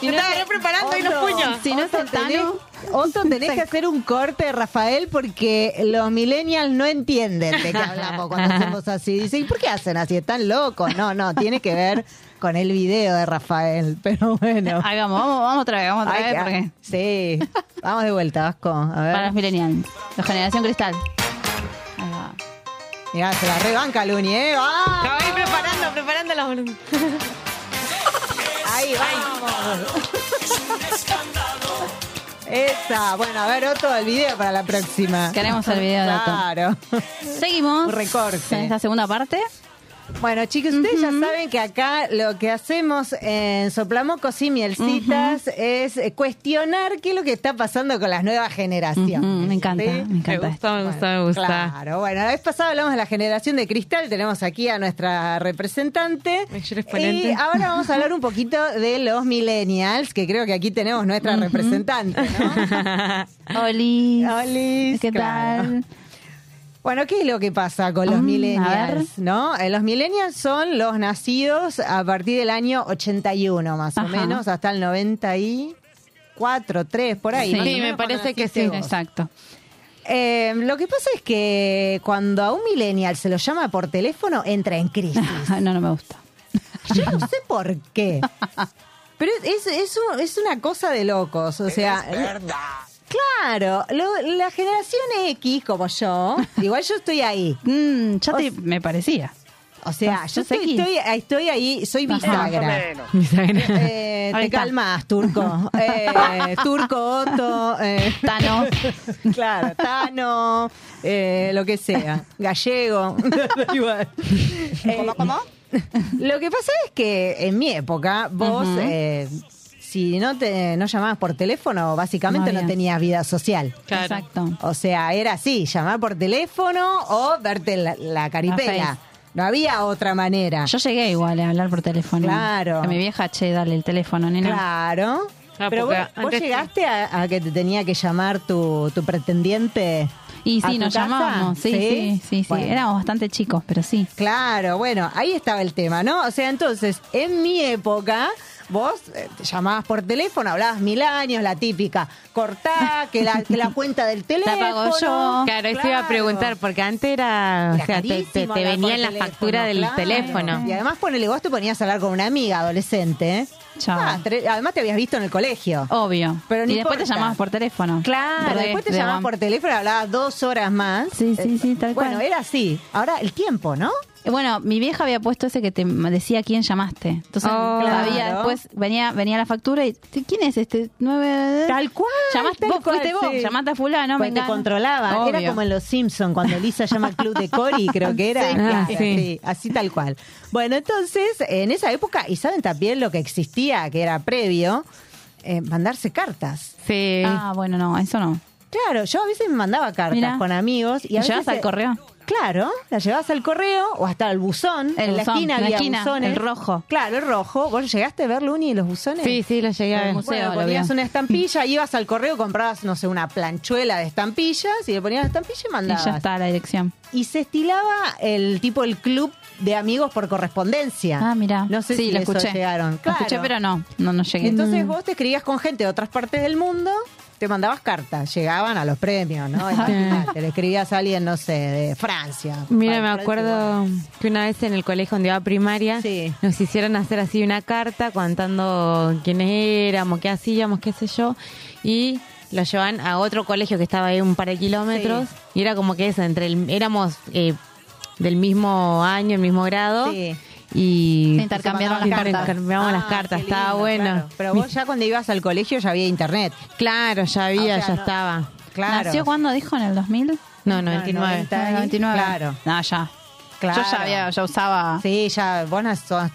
Speaker 4: Y
Speaker 5: no
Speaker 4: nos
Speaker 5: te-
Speaker 4: preparando y los
Speaker 5: Otro,
Speaker 4: puños.
Speaker 3: Si no
Speaker 5: otro
Speaker 3: es el Tano.
Speaker 5: tenés- Otto, tenés que hacer un corte, Rafael, porque los millennials no entienden de qué hablamos cuando hacemos así. Dicen, ¿y por qué hacen así? ¿Están locos? No, no, tiene que ver con el video de Rafael, pero bueno.
Speaker 3: Hagamos, vamos, vamos otra vez, vamos otra
Speaker 5: Ay,
Speaker 3: vez,
Speaker 5: que-
Speaker 3: porque
Speaker 5: sí, vamos de vuelta, Vasco. A ver.
Speaker 3: para los millennials, la generación cristal. Ahí va.
Speaker 5: Mirá, se la rebanca Luni, ¿eh? ¡Vamos!
Speaker 4: Estaba ahí preparando, preparando la voluntad.
Speaker 5: Ahí vamos. Esa, bueno, a ver otro el video para la próxima.
Speaker 3: Queremos el video de Otto.
Speaker 5: Claro.
Speaker 3: Seguimos.
Speaker 5: Un recorte.
Speaker 3: En esta segunda parte.
Speaker 5: Bueno, chicos, ustedes ya saben que acá lo que hacemos en Soplamocos y Mielcitas es eh, cuestionar qué es lo que está pasando con las nuevas generaciones.
Speaker 3: Ujú, me encanta,
Speaker 5: ¿sí?
Speaker 3: me encanta.
Speaker 4: Me
Speaker 3: esto.
Speaker 4: gusta, me gusta, me gusta.
Speaker 5: Claro, bueno, la vez pasada hablamos de la generación de cristal, tenemos aquí a nuestra representante.
Speaker 4: Mayor exponente.
Speaker 5: Y ahora vamos a hablar un poquito de los millennials, que creo que aquí tenemos nuestra representante, ¿no?
Speaker 3: Oli.
Speaker 5: Olis,
Speaker 3: ¿Qué
Speaker 5: claro.
Speaker 3: tal?
Speaker 5: Bueno, ¿qué es lo que pasa con los
Speaker 3: Mm, a
Speaker 5: millennials? ¿no? Eh, los millennials son los nacidos a partir del año 81, más o
Speaker 3: Ajá.
Speaker 5: menos, hasta el 94, 3, por ahí.
Speaker 3: Sí,
Speaker 5: más o
Speaker 3: me
Speaker 5: menos cuando
Speaker 4: parece que
Speaker 5: naciste
Speaker 4: sí.
Speaker 5: vos.
Speaker 3: Exacto.
Speaker 5: Eh, lo que pasa es que cuando a un millennial se lo llama por teléfono, entra en crisis.
Speaker 3: No, no me gusta.
Speaker 5: Yo no sé por qué. Pero es, es, es un- es una cosa de locos, o sea... Claro, lo- la generación X, como yo, igual yo estoy ahí.
Speaker 3: Mm, ya te, me parecía.
Speaker 5: O sea,
Speaker 3: ¿Sos-
Speaker 5: yo
Speaker 3: sos
Speaker 5: estoy,
Speaker 3: X?
Speaker 5: estoy, estoy ahí, soy
Speaker 3: Ajá.
Speaker 5: bisagra. Eh,
Speaker 3: Ahí
Speaker 5: te
Speaker 3: está.
Speaker 5: calmas, turco. Eh, turco, Otto. eh,
Speaker 3: Tano.
Speaker 5: Claro, Tano, eh, lo que sea, gallego. ¿Cómo, Lo que pasa es que en mi época vos, eh, si no te no llamabas por teléfono, básicamente
Speaker 3: No
Speaker 5: no,
Speaker 3: había.
Speaker 5: tenías vida social.
Speaker 4: Claro.
Speaker 3: Exacto.
Speaker 5: O sea, era así, llamar por teléfono o verte la, la
Speaker 3: La
Speaker 5: caripela.
Speaker 3: face.
Speaker 5: No había otra manera.
Speaker 3: Yo llegué igual eh, a hablar por teléfono.
Speaker 5: Ah. Claro.
Speaker 3: A mi vieja, che, dale el teléfono, nena.
Speaker 5: Claro.
Speaker 4: Ah,
Speaker 5: Pero vos,
Speaker 4: porque
Speaker 5: vos
Speaker 4: antes-
Speaker 5: llegaste a, a que te tenía que llamar tu, tu pretendiente.
Speaker 3: Y
Speaker 5: a
Speaker 3: sí,
Speaker 5: tu
Speaker 3: nos
Speaker 5: casa.
Speaker 3: llamábamos. Sí, sí, sí. sí.
Speaker 5: Bueno.
Speaker 3: Éramos bastante chicos, pero sí.
Speaker 5: Claro, bueno, ahí estaba el tema, ¿no? O sea, entonces, en mi época, vos eh, te llamabas por teléfono, hablabas mil años, la típica, cortá, que la, que la cuenta del teléfono.
Speaker 3: pago
Speaker 5: Oh,
Speaker 3: yo.
Speaker 4: Claro, eso iba a preguntar, porque antes era,
Speaker 5: Era
Speaker 4: o sea, te, te-
Speaker 5: carísimo
Speaker 4: te
Speaker 5: hablar
Speaker 4: venía
Speaker 5: por
Speaker 4: en la
Speaker 5: teléfono,
Speaker 4: factura del
Speaker 5: claro.
Speaker 4: teléfono.
Speaker 5: Y además, ponele, vos te ponías a hablar con una amiga adolescente. ¿eh?
Speaker 3: Chao.
Speaker 5: Ah, tre- además, te habías visto en el colegio.
Speaker 4: Oh,
Speaker 3: Obvio.
Speaker 5: Pero no
Speaker 3: y después te
Speaker 5: importa.
Speaker 3: llamabas por teléfono.
Speaker 5: Claro,
Speaker 3: Re,
Speaker 5: después te
Speaker 3: de
Speaker 5: llamabas
Speaker 3: guam.
Speaker 5: por teléfono, hablabas dos horas más. Eh,
Speaker 3: Sí, sí, sí, tal
Speaker 5: bueno,
Speaker 3: cual.
Speaker 5: era así. Ahora el tiempo, ¿no?
Speaker 3: Eh, Bueno, mi vieja había puesto ese que te decía a quién llamaste. Entonces,
Speaker 4: Oh,
Speaker 3: sabía,
Speaker 5: claro.
Speaker 3: después venía venía la factura y ¿quién es este? Nueve
Speaker 5: Tal cual.
Speaker 3: Llamaste
Speaker 5: tal
Speaker 3: vos,
Speaker 5: cual,
Speaker 3: fuiste vos,
Speaker 5: sí.
Speaker 3: llamaste a fulano,
Speaker 5: Pues te
Speaker 3: mengano.
Speaker 5: controlaba. Era
Speaker 3: Obvio.
Speaker 5: como en Los Simpsons, cuando Lisa llama al club de Cory, creo que era.
Speaker 4: Sí.
Speaker 5: Claro,
Speaker 4: Ah, sí.
Speaker 5: sí, así tal cual. Bueno, entonces, en esa época, y saben también lo que existía, que era previo, eh, mandarse cartas.
Speaker 4: Sí.
Speaker 3: Ah, bueno, no, eso no.
Speaker 5: Claro, yo a veces me mandaba cartas
Speaker 3: Mirá.
Speaker 5: con amigos. ¿Y, a
Speaker 3: ¿Lo llevabas
Speaker 5: veces-
Speaker 3: al correo?
Speaker 5: Claro, la llevabas al correo o hasta al buzón.
Speaker 3: El
Speaker 5: en la
Speaker 3: buzón,
Speaker 5: esquina
Speaker 3: la
Speaker 5: había
Speaker 3: esquina,
Speaker 5: buzones.
Speaker 3: el rojo.
Speaker 5: Claro, el rojo. ¿Vos llegaste a ver, Luni, y los buzones?
Speaker 4: Sí, sí, lo llegué a
Speaker 3: Al
Speaker 4: ver.
Speaker 3: museo.
Speaker 5: Bueno,
Speaker 3: lo
Speaker 5: ponías
Speaker 3: veo.
Speaker 5: una estampilla, ibas al correo, comprabas, no sé, una planchuela de estampillas y le ponías la estampilla y
Speaker 3: Y
Speaker 5: mandabas.
Speaker 3: ya está la dirección.
Speaker 5: Y se estilaba el tipo, el club de amigos por correspondencia.
Speaker 3: Ah, mira.
Speaker 5: No sé
Speaker 3: sí,
Speaker 5: si
Speaker 3: lo
Speaker 5: eso
Speaker 3: escuché.
Speaker 5: llegaron.
Speaker 3: Lo
Speaker 5: Claro.
Speaker 3: escuché, pero no, no, no
Speaker 4: Mm.
Speaker 3: llegué. Mm.
Speaker 5: Entonces vos te escribías con gente de otras partes del mundo, te mandabas cartas, llegaban a los premios, ¿no? Te le escribías a alguien, no sé, de Francia.
Speaker 4: Mira, me
Speaker 5: Para-
Speaker 4: acuerdo que una vez en el colegio donde iba a primaria
Speaker 5: Sí.
Speaker 4: nos hicieron hacer así una carta contando quiénes éramos, qué hacíamos, qué sé yo, y lo llevan a otro colegio que estaba ahí un par de kilómetros y era como que eso, entre el- éramos eh, del mismo año, el mismo grado
Speaker 5: Sí.
Speaker 4: y
Speaker 3: Se intercambiaron
Speaker 4: se
Speaker 3: las cartas.
Speaker 4: intercambiamos las
Speaker 5: Ah,
Speaker 4: cartas,
Speaker 5: qué
Speaker 4: estaba
Speaker 5: lindo,
Speaker 4: bueno.
Speaker 5: claro. Pero vos ya cuando ibas al colegio ya había internet.
Speaker 4: Claro, ya había,
Speaker 5: O sea,
Speaker 4: ya
Speaker 5: no-
Speaker 4: estaba.
Speaker 5: Claro.
Speaker 3: ¿Nació cuándo dijo? ¿En el 2000?
Speaker 4: No,
Speaker 5: No,
Speaker 4: 99.
Speaker 5: Está ahí.
Speaker 3: 99.
Speaker 5: Claro.
Speaker 3: No, Ah, ya.
Speaker 5: Claro.
Speaker 3: Yo ya había, ya usaba.
Speaker 5: Sí, ya vos nas- sos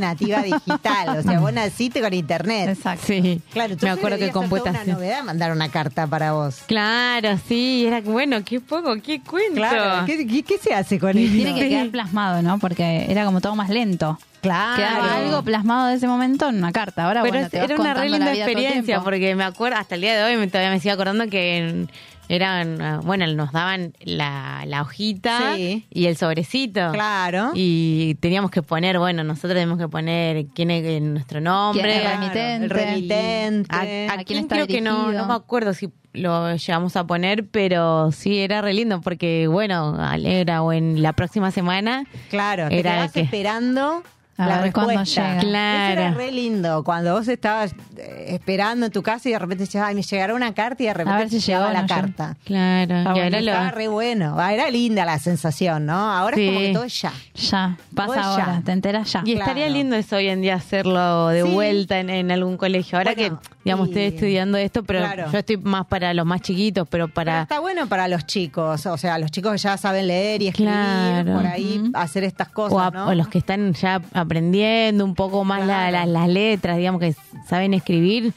Speaker 5: nativa digital, o sea, vos naciste con internet.
Speaker 3: Exacto.
Speaker 4: Sí.
Speaker 5: Claro,
Speaker 4: me acuerdo que
Speaker 5: con
Speaker 4: compuesta
Speaker 5: una novedad mandar una carta para vos.
Speaker 4: Claro, sí, era que, bueno, qué poco, qué cuento.
Speaker 5: ¿Qué, qué- qué se hace con eso?
Speaker 3: Tiene que quedar plasmado, ¿no? Porque era como todo más lento.
Speaker 5: Claro.
Speaker 3: Quedaba algo plasmado de ese momento en una carta. Ahora,
Speaker 4: Pero
Speaker 3: bueno,
Speaker 4: es-
Speaker 3: te vas
Speaker 4: era una
Speaker 3: contando
Speaker 4: re
Speaker 3: la
Speaker 4: linda
Speaker 3: vida todo el
Speaker 4: experiencia,
Speaker 3: tiempo.
Speaker 4: porque me acuerdo, hasta el día de hoy me, todavía me sigo acordando que en- Eran, ah, bueno, nos daban la, la hojita
Speaker 5: Sí.
Speaker 4: y el sobrecito.
Speaker 5: Claro.
Speaker 4: Y teníamos que poner, bueno, nosotros tenemos que poner quién es eh, nuestro nombre.
Speaker 3: ¿Quién es
Speaker 5: Claro,
Speaker 3: remitente.
Speaker 5: el remitente.
Speaker 4: A,
Speaker 5: ¿A
Speaker 4: a
Speaker 3: quién
Speaker 4: quién
Speaker 3: está
Speaker 4: creo que no,
Speaker 3: dirigido?
Speaker 4: no me acuerdo si lo llegamos a poner, pero sí era re lindo porque, bueno, alegra o en la próxima semana.
Speaker 5: Claro, te
Speaker 4: Era
Speaker 5: quedabas
Speaker 4: que-
Speaker 5: esperando
Speaker 3: A
Speaker 5: la
Speaker 3: ver cuándo
Speaker 5: respuesta.
Speaker 3: llega.
Speaker 4: Claro.
Speaker 5: Eso era re lindo. Cuando vos estabas eh, esperando en tu casa y de repente decías, ay, me llegará una carta y de repente
Speaker 3: A ver si
Speaker 5: te llegaba
Speaker 3: llegó o
Speaker 5: la
Speaker 3: no llegó.
Speaker 5: carta.
Speaker 4: Claro, y ahora
Speaker 5: bueno,
Speaker 4: lo-
Speaker 5: estaba re bueno. Ah, Era linda la sensación, ¿no? Ahora es como
Speaker 4: Sí.
Speaker 5: que todo es ya.
Speaker 3: Ya, pasa
Speaker 5: Vos ya.
Speaker 3: ahora, te enteras ya.
Speaker 4: Y estaría
Speaker 5: Claro.
Speaker 4: lindo eso hoy en día hacerlo de
Speaker 5: Sí.
Speaker 4: vuelta en, en algún colegio. Ahora
Speaker 5: Bueno,
Speaker 4: que, digamos,
Speaker 5: y-
Speaker 4: estoy estudiando esto, pero
Speaker 5: Claro.
Speaker 4: yo estoy más para los más chiquitos, pero
Speaker 5: Pero
Speaker 4: para...
Speaker 5: está bueno para los chicos, o sea, los chicos que ya saben leer y escribir,
Speaker 4: Claro.
Speaker 5: por ahí hacer estas cosas,
Speaker 4: o, a-
Speaker 5: ¿no?
Speaker 4: o los que están ya aprendiendo un poco más la-
Speaker 5: Claro.
Speaker 4: la- las letras, digamos, que saben escribir,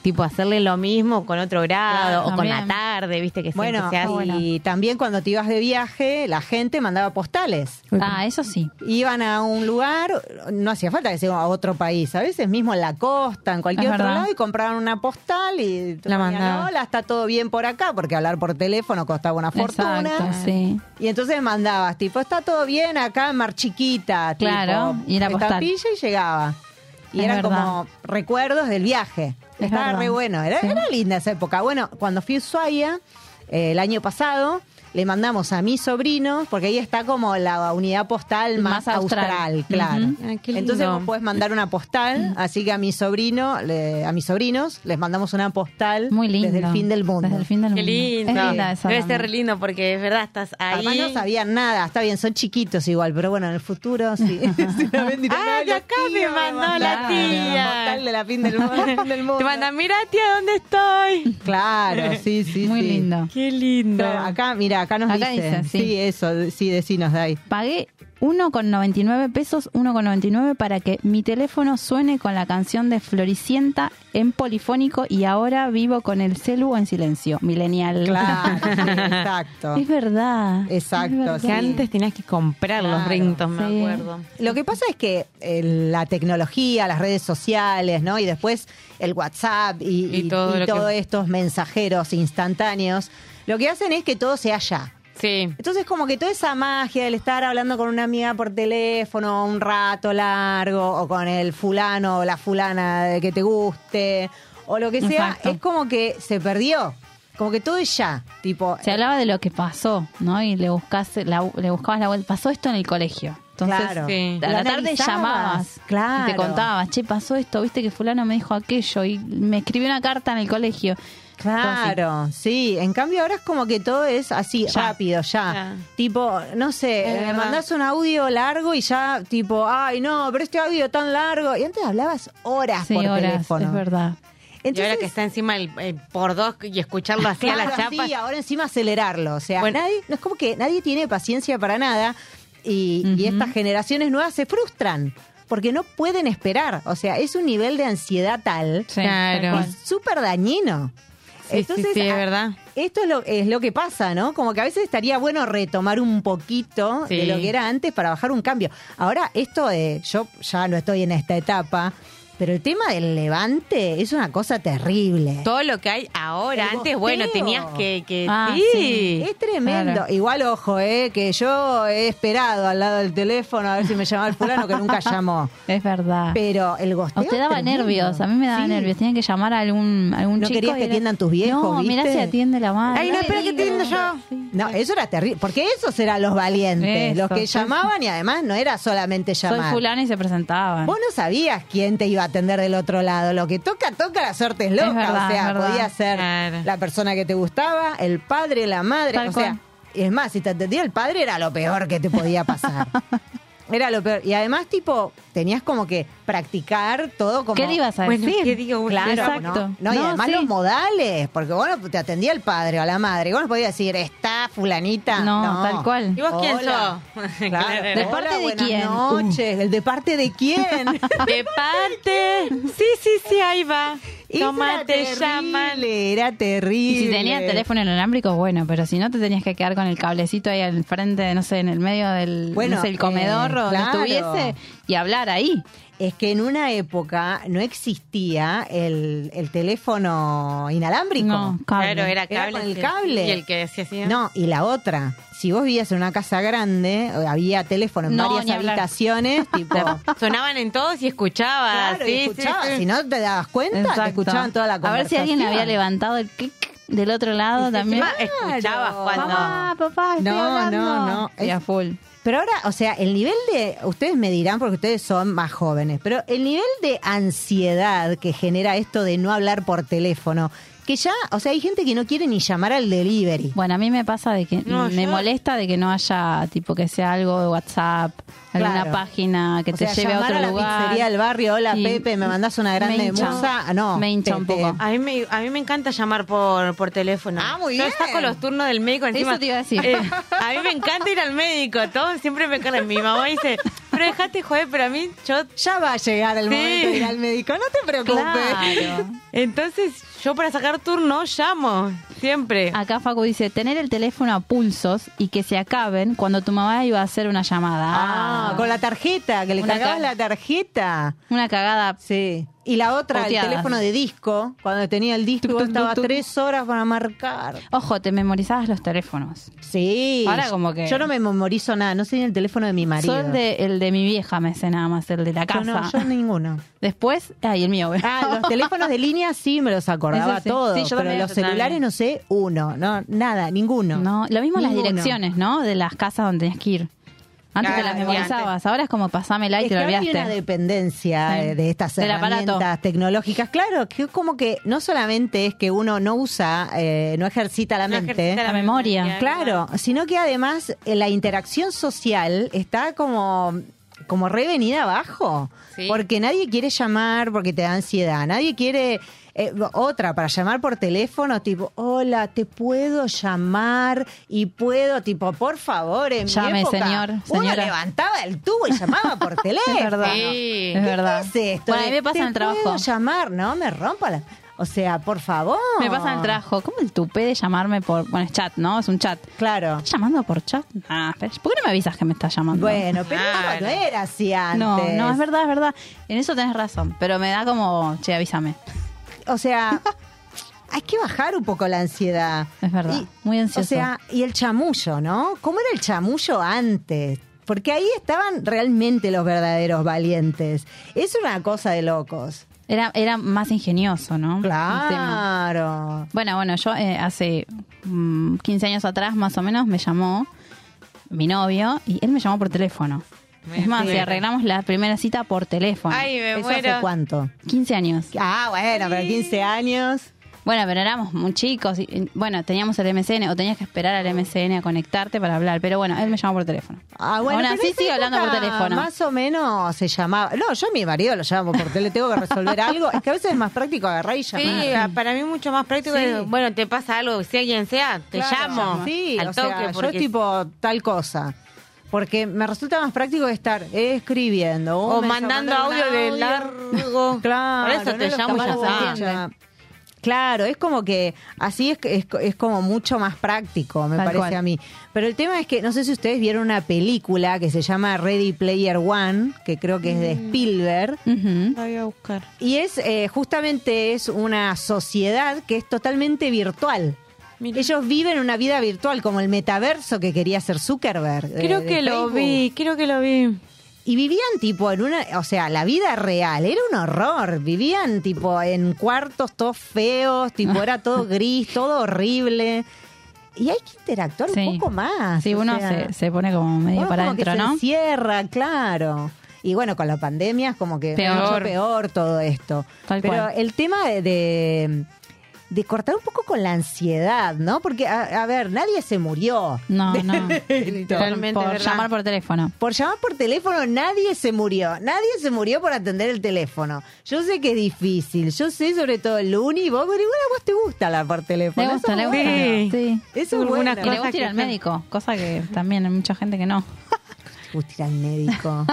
Speaker 4: tipo hacerle lo mismo con otro grado
Speaker 3: Claro,
Speaker 4: o
Speaker 3: también.
Speaker 4: con la tarde, viste que siempre
Speaker 5: bueno,
Speaker 4: se hace.
Speaker 5: y también cuando te ibas de viaje, la gente mandaba postales.
Speaker 3: Ah, eso sí.
Speaker 5: Iban a un lugar, no hacía falta que sea a otro país, a veces mismo en la costa, en cualquier
Speaker 3: Es
Speaker 5: otro
Speaker 3: verdad.
Speaker 5: lado, y compraban una postal y te
Speaker 4: La
Speaker 5: ponían,
Speaker 4: mandaban.
Speaker 5: hola, está todo bien por acá, porque hablar por teléfono costaba una fortuna.
Speaker 3: Exacto, sí.
Speaker 5: Y entonces mandabas, tipo, está todo bien acá en Mar Chiquita. tipo,
Speaker 3: Claro, y era postal.
Speaker 5: Estampilla y llegaba. Y
Speaker 3: Es
Speaker 5: eran
Speaker 3: verdad.
Speaker 5: como recuerdos del viaje.
Speaker 3: Es
Speaker 5: Estaba
Speaker 3: verdad.
Speaker 5: re bueno. Era,
Speaker 3: Sí.
Speaker 5: era linda esa época. Bueno, cuando fui a Ushuaia eh, el año pasado, le mandamos a mis sobrinos, porque ahí está como la unidad postal más,
Speaker 3: Más austral.
Speaker 5: austral, claro.
Speaker 3: Ujú.
Speaker 4: Ah, qué lindo.
Speaker 5: Entonces vos podés mandar una postal, así que a mi sobrino, le- a mis sobrinos, les mandamos una postal
Speaker 3: Muy lindo.
Speaker 5: desde el fin del mundo.
Speaker 3: Desde el fin del
Speaker 4: Qué
Speaker 3: mundo.
Speaker 4: lindo.
Speaker 3: Es linda esa.
Speaker 4: Debe
Speaker 3: también.
Speaker 4: ser re lindo porque es verdad, estás ahí.
Speaker 5: Además no sabían nada, está bien, son chiquitos igual, pero bueno, en el futuro sí. Si la ven, dirán,
Speaker 4: Ah,
Speaker 5: "Ay,
Speaker 4: de
Speaker 5: los
Speaker 4: acá
Speaker 5: tíos
Speaker 4: me mandó la
Speaker 5: mandaron".
Speaker 4: tía.
Speaker 5: Mortal de la fin del mundo. fin del mundo.
Speaker 4: Te mandan, mira tía, ¿dónde estoy?
Speaker 5: Claro, sí, sí,
Speaker 3: Muy
Speaker 5: sí.
Speaker 3: lindo.
Speaker 4: Qué lindo.
Speaker 5: No, acá, mira, acá nos
Speaker 3: Acá
Speaker 5: dicen.
Speaker 3: dicen, sí.
Speaker 5: sí. eso, sí, decinos de ahí.
Speaker 3: Pagué 1,99 pesos, 1,99 para que mi teléfono suene con la canción de Floricienta en polifónico y ahora vivo con el celu en silencio. Millennial.
Speaker 5: Claro, sí, exacto.
Speaker 3: Es verdad.
Speaker 5: Exacto,
Speaker 3: Es verdad.
Speaker 5: sí.
Speaker 4: Que antes tenías que comprar los
Speaker 5: Claro,
Speaker 4: ringtos,
Speaker 3: sí.
Speaker 4: me acuerdo.
Speaker 5: Lo que pasa es que eh, la tecnología, las redes sociales, ¿no? Y después el WhatsApp y,
Speaker 4: Y todo lo que-
Speaker 5: todos estos mensajeros instantáneos, lo que hacen es que todo sea ya.
Speaker 4: Sí.
Speaker 5: Entonces como que toda esa magia del estar hablando con una amiga por teléfono un rato largo o con el fulano o la fulana de que te guste o lo que sea,
Speaker 3: Exacto.
Speaker 5: es como que se perdió. Como que todo es ya, tipo...
Speaker 3: Se hablaba de lo que pasó, ¿no? Y le buscas, la- le buscabas la vuelta. Pasó esto en el colegio. Entonces,
Speaker 5: Claro.
Speaker 4: Sí.
Speaker 3: a
Speaker 5: Lo
Speaker 3: la tarde
Speaker 5: analizabas,
Speaker 3: llamabas.
Speaker 5: claro.
Speaker 3: Y te contabas, che, pasó esto, viste que fulano me dijo aquello y me escribió una carta en el colegio.
Speaker 5: Claro, sí. En cambio ahora es como que todo es así,
Speaker 3: Ya.
Speaker 5: rápido, ya.
Speaker 4: Ya.
Speaker 5: Tipo, no sé,
Speaker 4: Es
Speaker 5: eh,
Speaker 4: verdad.
Speaker 5: mandás un audio largo y ya, tipo, ay, no, pero este audio tan largo. Y antes hablabas horas
Speaker 3: Sí,
Speaker 5: Ah, por
Speaker 3: horas,
Speaker 5: teléfono.
Speaker 3: es verdad.
Speaker 5: Entonces,
Speaker 4: y ahora que está encima el, el por dos y escucharlo así a la
Speaker 5: Claro,
Speaker 4: chapa.
Speaker 5: sí, ahora encima acelerarlo. O sea,
Speaker 4: Bueno.
Speaker 5: nadie, no es como que nadie tiene paciencia para nada y, y estas generaciones nuevas se frustran porque no pueden esperar. O sea, es un nivel de ansiedad tal
Speaker 3: Sí,
Speaker 4: Claro.
Speaker 3: tal cual.
Speaker 5: es súper dañino.
Speaker 4: Sí, sí, sí, es
Speaker 5: ah,
Speaker 4: verdad.
Speaker 5: Esto es lo, es lo que pasa, ¿no? Como que a veces estaría bueno retomar un poquito
Speaker 4: Sí.
Speaker 5: de lo que era antes para bajar un cambio. Ahora, esto de, yo ya no estoy en esta etapa, pero el tema del levante es una cosa terrible.
Speaker 4: Todo lo que hay ahora,
Speaker 5: El
Speaker 4: antes,
Speaker 5: bosteo.
Speaker 4: bueno, tenías que... que
Speaker 3: Ah,
Speaker 4: sí.
Speaker 3: sí.
Speaker 5: Es tremendo.
Speaker 3: Claro.
Speaker 5: Igual, ojo, eh, que yo he esperado al lado del teléfono a ver si me llamaba el fulano que nunca llamó.
Speaker 3: Es verdad.
Speaker 5: Pero el gosteo.
Speaker 3: A usted daba
Speaker 5: es tremendo.
Speaker 3: nervios, a mí me daba
Speaker 5: Sí.
Speaker 3: nervios. Tenían que llamar a algún, algún
Speaker 5: No
Speaker 3: chico.
Speaker 5: querías
Speaker 3: y
Speaker 5: que
Speaker 3: era-
Speaker 5: atiendan tus viejos,
Speaker 3: No, mirá
Speaker 5: ¿viste?
Speaker 3: si atiende la madre.
Speaker 4: Ay, no, espera que atiendo yo.
Speaker 5: No, eso era terrible. Porque esos eran los valientes,
Speaker 3: Eso,
Speaker 5: los que
Speaker 3: sí.
Speaker 5: llamaban y además no era solamente
Speaker 3: Soy
Speaker 5: llamar.
Speaker 3: fulano y se presentaban.
Speaker 5: Vos no sabías quién te iba a atender del otro lado. Lo que toca, toca, la suerte es loca.
Speaker 3: Es verdad,
Speaker 5: o sea,
Speaker 3: es verdad.
Speaker 5: podía ser
Speaker 4: Claro.
Speaker 5: la persona que te gustaba, el padre, la madre.
Speaker 3: Tal
Speaker 5: o sea,
Speaker 3: cual.
Speaker 5: y es más, si te atendía el padre, era lo peor que te podía pasar. era lo peor. Y además, tipo, tenías como que practicar todo como.
Speaker 3: ¿Qué le ibas a decir?
Speaker 4: Bueno, ¿qué digo?
Speaker 5: Claro,
Speaker 3: Exacto.
Speaker 5: ¿no? No, y
Speaker 3: No,
Speaker 5: además
Speaker 3: sí.
Speaker 5: los modales, porque vos no te atendía el padre o la madre, y vos no podías decir, está fulanita.
Speaker 3: No, tal cual.
Speaker 4: ¿Y vos quién
Speaker 5: Hola.
Speaker 4: sos?
Speaker 5: Claro.
Speaker 4: Claro.
Speaker 3: ¿De parte de
Speaker 5: buenas
Speaker 3: quién?
Speaker 5: noches. ¿El de parte de quién?
Speaker 4: De parte. Sí, sí, sí, ahí va.
Speaker 5: Eso
Speaker 4: Toma,
Speaker 5: era
Speaker 4: te
Speaker 5: terrible,
Speaker 4: llaman.
Speaker 5: Era
Speaker 3: Y
Speaker 5: terrible.
Speaker 3: si tenías teléfono inalámbrico, bueno, pero si no te tenías que quedar con el cablecito ahí al frente, no sé, en el medio del
Speaker 5: Bueno,
Speaker 3: no sé, el
Speaker 5: eh,
Speaker 3: comedor o donde
Speaker 5: claro.
Speaker 3: estuviese, y hablar ahí.
Speaker 5: Es que en una época no existía el, el teléfono inalámbrico.
Speaker 3: No, cable.
Speaker 4: Claro, era
Speaker 5: Era
Speaker 4: cable.
Speaker 5: con el
Speaker 4: sí.
Speaker 5: cable.
Speaker 4: Y el que decía así.
Speaker 5: No, y la otra, si vos vivías en una casa grande, eh, había teléfono en
Speaker 3: No, ni
Speaker 5: varias
Speaker 3: hablar.
Speaker 5: habitaciones, tipo...
Speaker 4: Sonaban en todos y
Speaker 3: Ah,
Speaker 4: escuchabas.
Speaker 5: Claro, y
Speaker 4: sí, sí,
Speaker 5: escuchabas,
Speaker 4: sí.
Speaker 5: si no te dabas cuenta,
Speaker 3: Exacto.
Speaker 5: te escuchaban toda la
Speaker 3: A
Speaker 5: conversación.
Speaker 3: ver si alguien había levantado el clic del otro lado también.
Speaker 4: Encima escuchabas
Speaker 5: Claro.
Speaker 4: cuando.
Speaker 3: Mamá, papá, estoy
Speaker 5: No,
Speaker 3: hablando.
Speaker 5: no, no.
Speaker 3: Y a full.
Speaker 5: Pero ahora, o sea, el nivel de, ustedes me dirán porque ustedes son más jóvenes, pero el nivel de ansiedad que genera esto de no hablar por teléfono, que ya, o sea, hay gente que no quiere ni llamar al delivery.
Speaker 3: Bueno, a mí me pasa de que
Speaker 4: No,
Speaker 3: me
Speaker 4: yo-
Speaker 3: molesta de que no haya, tipo, que sea algo de WhatsApp, alguna
Speaker 5: Claro.
Speaker 3: página que
Speaker 5: O
Speaker 3: te
Speaker 5: sea,
Speaker 3: lleve a
Speaker 5: llamar
Speaker 3: otro
Speaker 5: a la
Speaker 3: lugar.
Speaker 5: pizzería del barrio, hola
Speaker 3: Y-
Speaker 5: Pepe, me mandás una grande
Speaker 3: Me hincha.
Speaker 5: musa. Ah, No,
Speaker 3: Me hincha un
Speaker 5: Pepe.
Speaker 3: poco.
Speaker 4: A mí, me, a mí me encanta llamar por, por teléfono.
Speaker 5: Ah, muy
Speaker 4: Yo
Speaker 5: bien.
Speaker 4: saco los turnos del médico encima. Eh,
Speaker 3: Eso te iba a decir.
Speaker 4: a mí me encanta ir al médico. Todos siempre me cargan. Mi mamá dice, pero dejate joder, pero a mí yo...
Speaker 5: Ya va a llegar el
Speaker 4: Sí.
Speaker 5: momento de ir al médico, no te preocupes.
Speaker 3: Claro.
Speaker 4: Entonces, yo para sacar turno llamo, siempre.
Speaker 3: Acá Facu dice, tener el teléfono a pulsos y que se acaben cuando tu mamá iba a hacer una llamada.
Speaker 5: Ah, con la tarjeta, que le
Speaker 3: Una
Speaker 5: cargabas
Speaker 3: tar-
Speaker 5: la tarjeta.
Speaker 3: Una cagada.
Speaker 5: Sí. Y la otra,
Speaker 3: Puteadas.
Speaker 5: el teléfono de disco, cuando tenía el disco
Speaker 3: Tuc, tuc,
Speaker 5: estaba
Speaker 3: tuc, tuc.
Speaker 5: tres horas para marcar.
Speaker 3: Ojo, te memorizabas los teléfonos.
Speaker 5: Sí.
Speaker 3: Ahora como que-
Speaker 5: Yo no me memorizo nada, no sé ni el teléfono de mi marido.
Speaker 3: Yo el de, el de mi vieja me sé nada más, el de la
Speaker 5: Yo
Speaker 3: casa.
Speaker 5: no, yo ninguno.
Speaker 3: Después, ay, el mío.
Speaker 5: Ah, los teléfonos de línea sí me los acordaba
Speaker 3: Eso sí.
Speaker 5: todos,
Speaker 3: Sí, yo
Speaker 5: pero
Speaker 3: también,
Speaker 5: los
Speaker 3: yo también.
Speaker 5: celulares no sé uno, no nada, ninguno.
Speaker 3: No, lo mismo las
Speaker 5: Ninguno. Ah,
Speaker 3: direcciones, ¿no? De las casas donde tenías que ir. Antes te
Speaker 4: Claro,
Speaker 3: las
Speaker 4: sí,
Speaker 3: memorizabas, ahora es como pasámela y
Speaker 5: Es
Speaker 3: te
Speaker 5: que
Speaker 3: lo
Speaker 5: ahora hay
Speaker 3: olvidaste.
Speaker 5: una dependencia
Speaker 3: Sí.
Speaker 5: eh, de estas
Speaker 3: Del aparato.
Speaker 5: herramientas tecnológicas. Claro, que como que no solamente es que uno no usa, eh, no ejercita la
Speaker 4: No
Speaker 5: mente.
Speaker 4: ejercita
Speaker 3: la memoria.
Speaker 5: Claro, sino que además eh, la interacción social está como como revenida abajo,
Speaker 4: Sí.
Speaker 5: porque nadie quiere llamar porque te da ansiedad, nadie quiere eh, otra para llamar por teléfono, tipo, hola, te puedo llamar y puedo, tipo, por favor, en mi
Speaker 3: Llame,
Speaker 5: época,
Speaker 3: señor,
Speaker 5: uno
Speaker 3: señora.
Speaker 5: levantaba el tubo y llamaba por teléfono.
Speaker 3: Es verdad.
Speaker 4: Sí.
Speaker 3: Es
Speaker 5: ¿Qué
Speaker 3: verdad.
Speaker 5: es esto?
Speaker 3: Bueno, a mí me pasa
Speaker 5: Te
Speaker 3: en el trabajo.
Speaker 5: puedo llamar, no, me rompa la... O sea, por favor.
Speaker 3: Me pasa en el trabajo. ¿Cómo el tupé de llamarme por. Bueno, es chat, ¿no? Es un chat.
Speaker 5: Claro.
Speaker 3: ¿Estás llamando por chat? Ah, espera, ¿Por qué no me avisas que me estás llamando?
Speaker 4: Ah,
Speaker 5: Bueno, pero
Speaker 4: Claro.
Speaker 5: no era así antes.
Speaker 3: No, no, es verdad, es verdad. En eso tenés razón. Pero me da como, che, avísame.
Speaker 5: O sea, hay que bajar un poco la ansiedad.
Speaker 3: Es verdad, muy ansioso.
Speaker 5: O sea, y el chamullo, ¿no? ¿Cómo era el chamullo antes? Porque ahí estaban realmente los verdaderos valientes. Es una cosa de locos.
Speaker 3: Era, era más ingenioso, ¿no? El tema.
Speaker 5: Claro.
Speaker 3: Bueno, bueno, yo eh, hace mm, 15 años atrás más o menos me llamó mi novio y él me llamó por teléfono.
Speaker 4: Me
Speaker 3: Es más,
Speaker 4: muero.
Speaker 3: y arreglamos la primera cita por teléfono.
Speaker 4: Ay, me
Speaker 5: ¿Eso hace
Speaker 4: muero.
Speaker 5: cuánto?
Speaker 3: 15 años.
Speaker 5: Ah, bueno, pero 15 años.
Speaker 3: Bueno, pero éramos muy chicos. Y, y, bueno, teníamos el MCN o tenías que esperar al MCN a conectamente para hablar. Pero bueno, él me llamó por teléfono.
Speaker 5: Ah, bueno,
Speaker 3: Aún
Speaker 5: pero
Speaker 3: así
Speaker 5: esa
Speaker 3: sigo hablando por
Speaker 5: época
Speaker 3: teléfono.
Speaker 5: Más o menos se llamaba. No, yo a mi marido lo llamo por teléfono, tengo que resolver algo. Es que a veces es más práctico agarrar y llamar.
Speaker 4: Sí, para mí mucho más práctico.
Speaker 5: Sí.
Speaker 4: es, Bueno, te pasa algo, sea quien sea, te
Speaker 5: Claro.
Speaker 4: llamo.
Speaker 5: Sí,
Speaker 4: al
Speaker 5: o sea,
Speaker 4: toque,
Speaker 5: yo
Speaker 4: porque
Speaker 5: tipo tal cosa. Porque me resulta más práctico estar escribiendo
Speaker 4: O
Speaker 5: me hizo
Speaker 4: mandando
Speaker 5: mandar un
Speaker 4: audio de largo. Por
Speaker 5: Claro.
Speaker 4: eso te
Speaker 5: lo
Speaker 4: llamo y ya
Speaker 5: capaz
Speaker 4: está.
Speaker 5: se entiende. Claro, es como que así es, es, es como mucho más práctico, me
Speaker 3: Tal
Speaker 5: parece
Speaker 3: cual.
Speaker 5: a mí. Pero el tema es que no sé si ustedes vieron una película que se llama Ready Player One, que creo que es
Speaker 4: Mm.
Speaker 5: de Spielberg.
Speaker 3: Ujú.
Speaker 4: La voy a buscar.
Speaker 5: Y es eh, justamente es una sociedad que es totalmente virtual.
Speaker 4: Mira.
Speaker 5: Ellos viven una vida virtual, como el metaverso que quería hacer Zuckerberg. eh, de-
Speaker 4: Creo
Speaker 5: de
Speaker 4: que lo
Speaker 5: Facebook.
Speaker 4: vi, creo que lo vi.
Speaker 5: Y vivían tipo en una, o sea, la vida real, era un horror. Vivían tipo en cuartos todos feos, tipo era todo gris, todo horrible. Y hay que interactuar
Speaker 3: Sí.
Speaker 5: un poco más.
Speaker 3: Sí,
Speaker 5: Ah, o
Speaker 3: uno
Speaker 5: sea,
Speaker 3: se, se pone como medio
Speaker 5: uno
Speaker 3: para
Speaker 5: como que
Speaker 3: adentro,
Speaker 5: se
Speaker 3: ¿no?
Speaker 5: encierra, claro. Y bueno, con la pandemia es como que
Speaker 3: Peor.
Speaker 5: mucho peor todo esto.
Speaker 3: Tal
Speaker 5: Pero
Speaker 3: cual.
Speaker 5: el tema de, de, de cortar un poco con la ansiedad, ¿no? Porque, a, a ver, nadie se murió.
Speaker 3: No, no.
Speaker 4: Totalmente
Speaker 3: por
Speaker 4: verdad.
Speaker 3: llamar por teléfono.
Speaker 5: Por llamar por teléfono nadie se murió. Nadie se murió por atender el teléfono. Yo sé que es difícil. Yo sé sobre todo el uni. Vos, pero igual a vos te gusta hablar por teléfono.
Speaker 3: Le gusta,
Speaker 5: Eso
Speaker 3: le
Speaker 5: es
Speaker 3: gusta.
Speaker 5: bueno.
Speaker 4: Sí.
Speaker 3: Sí.
Speaker 5: Eso es
Speaker 4: Algunas
Speaker 5: bueno.
Speaker 3: Y le
Speaker 4: Cosa
Speaker 3: gusta ir
Speaker 4: que
Speaker 3: al
Speaker 4: sea.
Speaker 3: médico, cosa que también hay mucha gente que no.
Speaker 5: Te gusta ir al médico.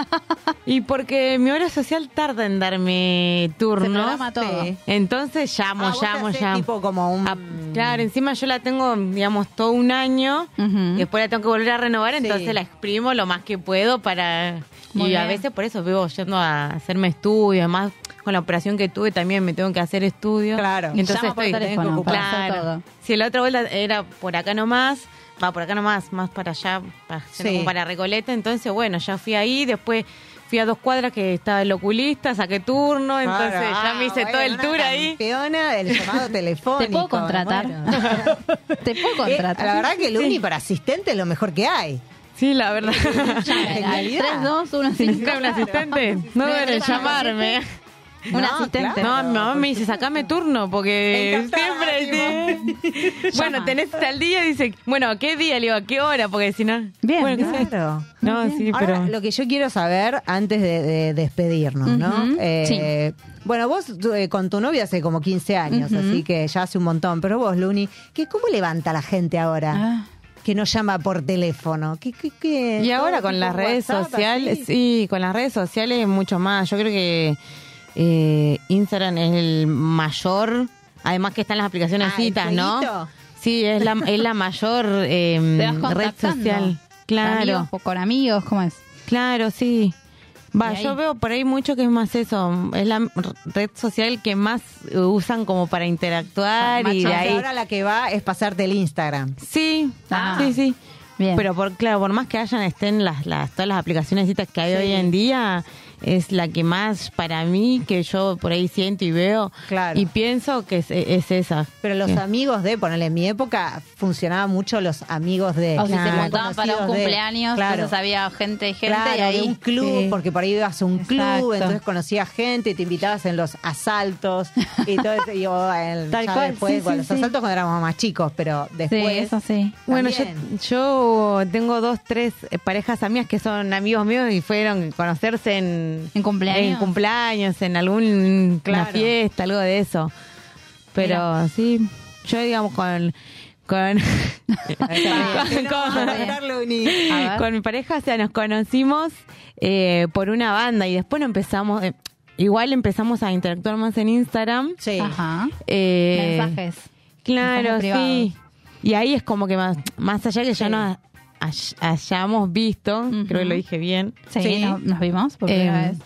Speaker 4: Y porque mi hora social tarda en darme
Speaker 3: Se
Speaker 4: turnos.
Speaker 3: programa todo.
Speaker 5: Sí.
Speaker 4: Entonces llamo,
Speaker 5: Ah, vos te
Speaker 4: llamo,
Speaker 5: hacés
Speaker 4: llamo.
Speaker 5: tipo como un-
Speaker 4: Ah, claro, encima yo la tengo, digamos, todo un año.
Speaker 3: Ujú.
Speaker 4: Después la tengo que volver a renovar,
Speaker 5: Sí.
Speaker 4: entonces la exprimo lo más que puedo para
Speaker 3: Muy
Speaker 4: y a
Speaker 3: bien.
Speaker 4: veces por eso vivo yendo a hacerme estudios, además con la operación que tuve también me tengo que hacer estudios.
Speaker 5: Claro.
Speaker 4: Entonces
Speaker 3: Llama por
Speaker 4: estoy
Speaker 3: teléfono
Speaker 4: tengo que
Speaker 3: para hacer
Speaker 4: ocupar-
Speaker 3: todo.
Speaker 4: Si la otra vuelta era por acá nomás, va por acá nomás, más para allá, para,
Speaker 5: Sí.
Speaker 4: como para Recoleta, entonces bueno, ya fui ahí, después fui a dos cuadras que estaba el oculista, saqué turno, entonces
Speaker 5: Claro.
Speaker 4: ya
Speaker 5: Ah,
Speaker 4: me hice
Speaker 5: bueno,
Speaker 4: todo el
Speaker 5: una
Speaker 4: tour ahí.
Speaker 5: Campeona del llamado telefónico.
Speaker 3: ¿Te puedo contratar?
Speaker 5: Bueno.
Speaker 3: ¿Te puedo
Speaker 5: Eh,
Speaker 3: contratar?
Speaker 5: la verdad que el uni para asistente es lo mejor que hay.
Speaker 4: Sí, la verdad.
Speaker 5: Genialidad.
Speaker 3: 3, 2, 1, 5.
Speaker 4: ¿Necesitan un asistente? No deben llamarme.
Speaker 3: Un
Speaker 5: No,
Speaker 3: asistente.
Speaker 5: claro.
Speaker 4: No, mi mamá me dice, sacame turno, porque
Speaker 5: Encantadísimo.
Speaker 4: siempre te... Bueno,
Speaker 3: Llama.
Speaker 4: tenés tal día, dice, bueno, ¿qué día? Le digo, ¿a qué hora? Porque si no...
Speaker 3: Bien,
Speaker 4: bueno, ¿qué
Speaker 3: claro.
Speaker 4: sé?
Speaker 5: Claro.
Speaker 4: No, sí,
Speaker 5: Ahora,
Speaker 4: pero...
Speaker 5: lo que yo quiero saber antes de, de despedirnos, ¿no?
Speaker 3: Ujú,
Speaker 5: Eh, Bueno, vos tú, eh, con tu novia hace como 15 años, así que ya hace un montón. Pero vos, Luni, ¿qué, ¿cómo levanta la gente ahora
Speaker 3: Ah.
Speaker 5: que no llama por teléfono? ¿Qué, qué, qué?
Speaker 4: Y
Speaker 5: ¿Todo
Speaker 4: ahora con
Speaker 5: tipo
Speaker 4: las redes
Speaker 5: WhatsApp,
Speaker 4: sociales,
Speaker 5: así?
Speaker 4: sí, con las redes sociales mucho más. Yo creo que eh, Instagram es el mayor, además que están las aplicaciones
Speaker 5: Ah, ¿el
Speaker 4: citas, ¿no?
Speaker 5: jueguito?
Speaker 4: Sí, es la, es la mayor eh,
Speaker 3: Te vas
Speaker 4: red
Speaker 3: contactando.
Speaker 4: social. Claro.
Speaker 3: Amigos, o con amigos, ¿cómo es?
Speaker 4: Claro, sí. Va,
Speaker 3: Y ahí-
Speaker 4: yo veo por ahí mucho que es más eso, es la red social que más eh, usan como para interactuar
Speaker 3: Ah,
Speaker 4: y
Speaker 5: O
Speaker 4: de
Speaker 5: sea,
Speaker 4: ahí.
Speaker 5: Ahora la que va es pasarte el Instagram.
Speaker 4: Sí,
Speaker 3: Ah.
Speaker 4: sí, sí.
Speaker 3: Bien.
Speaker 4: Pero por claro, por más que hayan estén las, las todas las aplicaciones citas que hay hoy en día, es la que más para mí que yo por ahí siento y veo
Speaker 5: Claro.
Speaker 4: y pienso que es, es esa.
Speaker 5: Pero los
Speaker 4: Que-
Speaker 5: amigos de, ponele, en mi época funcionaban mucho los amigos de.
Speaker 3: o si se
Speaker 4: claro.
Speaker 3: juntaban para un
Speaker 5: Eh, conocidos de-
Speaker 3: cumpleaños,
Speaker 5: Claro.
Speaker 3: entonces había gente y gente
Speaker 5: Claro,
Speaker 3: y ahí.
Speaker 5: de un club,
Speaker 4: Sí.
Speaker 5: porque por ahí ibas a un
Speaker 4: Exacto.
Speaker 5: club, entonces conocías gente y te invitabas en los asaltos y todo eso. Y, o en-
Speaker 4: Tal
Speaker 5: ya
Speaker 4: cual,
Speaker 5: después,
Speaker 4: sí,
Speaker 5: bueno,
Speaker 4: sí,
Speaker 5: los
Speaker 4: sí.
Speaker 5: asaltos cuando éramos más chicos, pero
Speaker 3: Sí,
Speaker 5: después.
Speaker 3: eso sí.
Speaker 4: Bueno, yo,
Speaker 5: También.
Speaker 4: yo tengo dos, tres eh, parejas amigas que son amigos míos y fueron a conocerse en,
Speaker 3: ¿En cumpleaños?
Speaker 4: en cumpleaños, en alguna
Speaker 5: Claro.
Speaker 4: fiesta, algo de eso. Pero
Speaker 3: Mira.
Speaker 4: sí, yo digamos con... con con- con-
Speaker 3: A ver.
Speaker 4: con mi pareja, o sea, nos conocimos eh, por una banda y después no empezamos, eh, igual empezamos a interactuar más en Instagram.
Speaker 5: Sí.
Speaker 3: Ajá.
Speaker 4: Eh,
Speaker 3: Mensajes.
Speaker 4: Claro,
Speaker 3: Mensajes privados.
Speaker 4: sí. Y ahí es como que más, más allá que ya
Speaker 5: Sí.
Speaker 4: nos hay- hayamos visto,
Speaker 3: Ujú.
Speaker 4: creo que lo dije bien,
Speaker 3: Sí,
Speaker 5: sí.
Speaker 3: no- nos vimos por
Speaker 4: Eh,
Speaker 3: primera vez.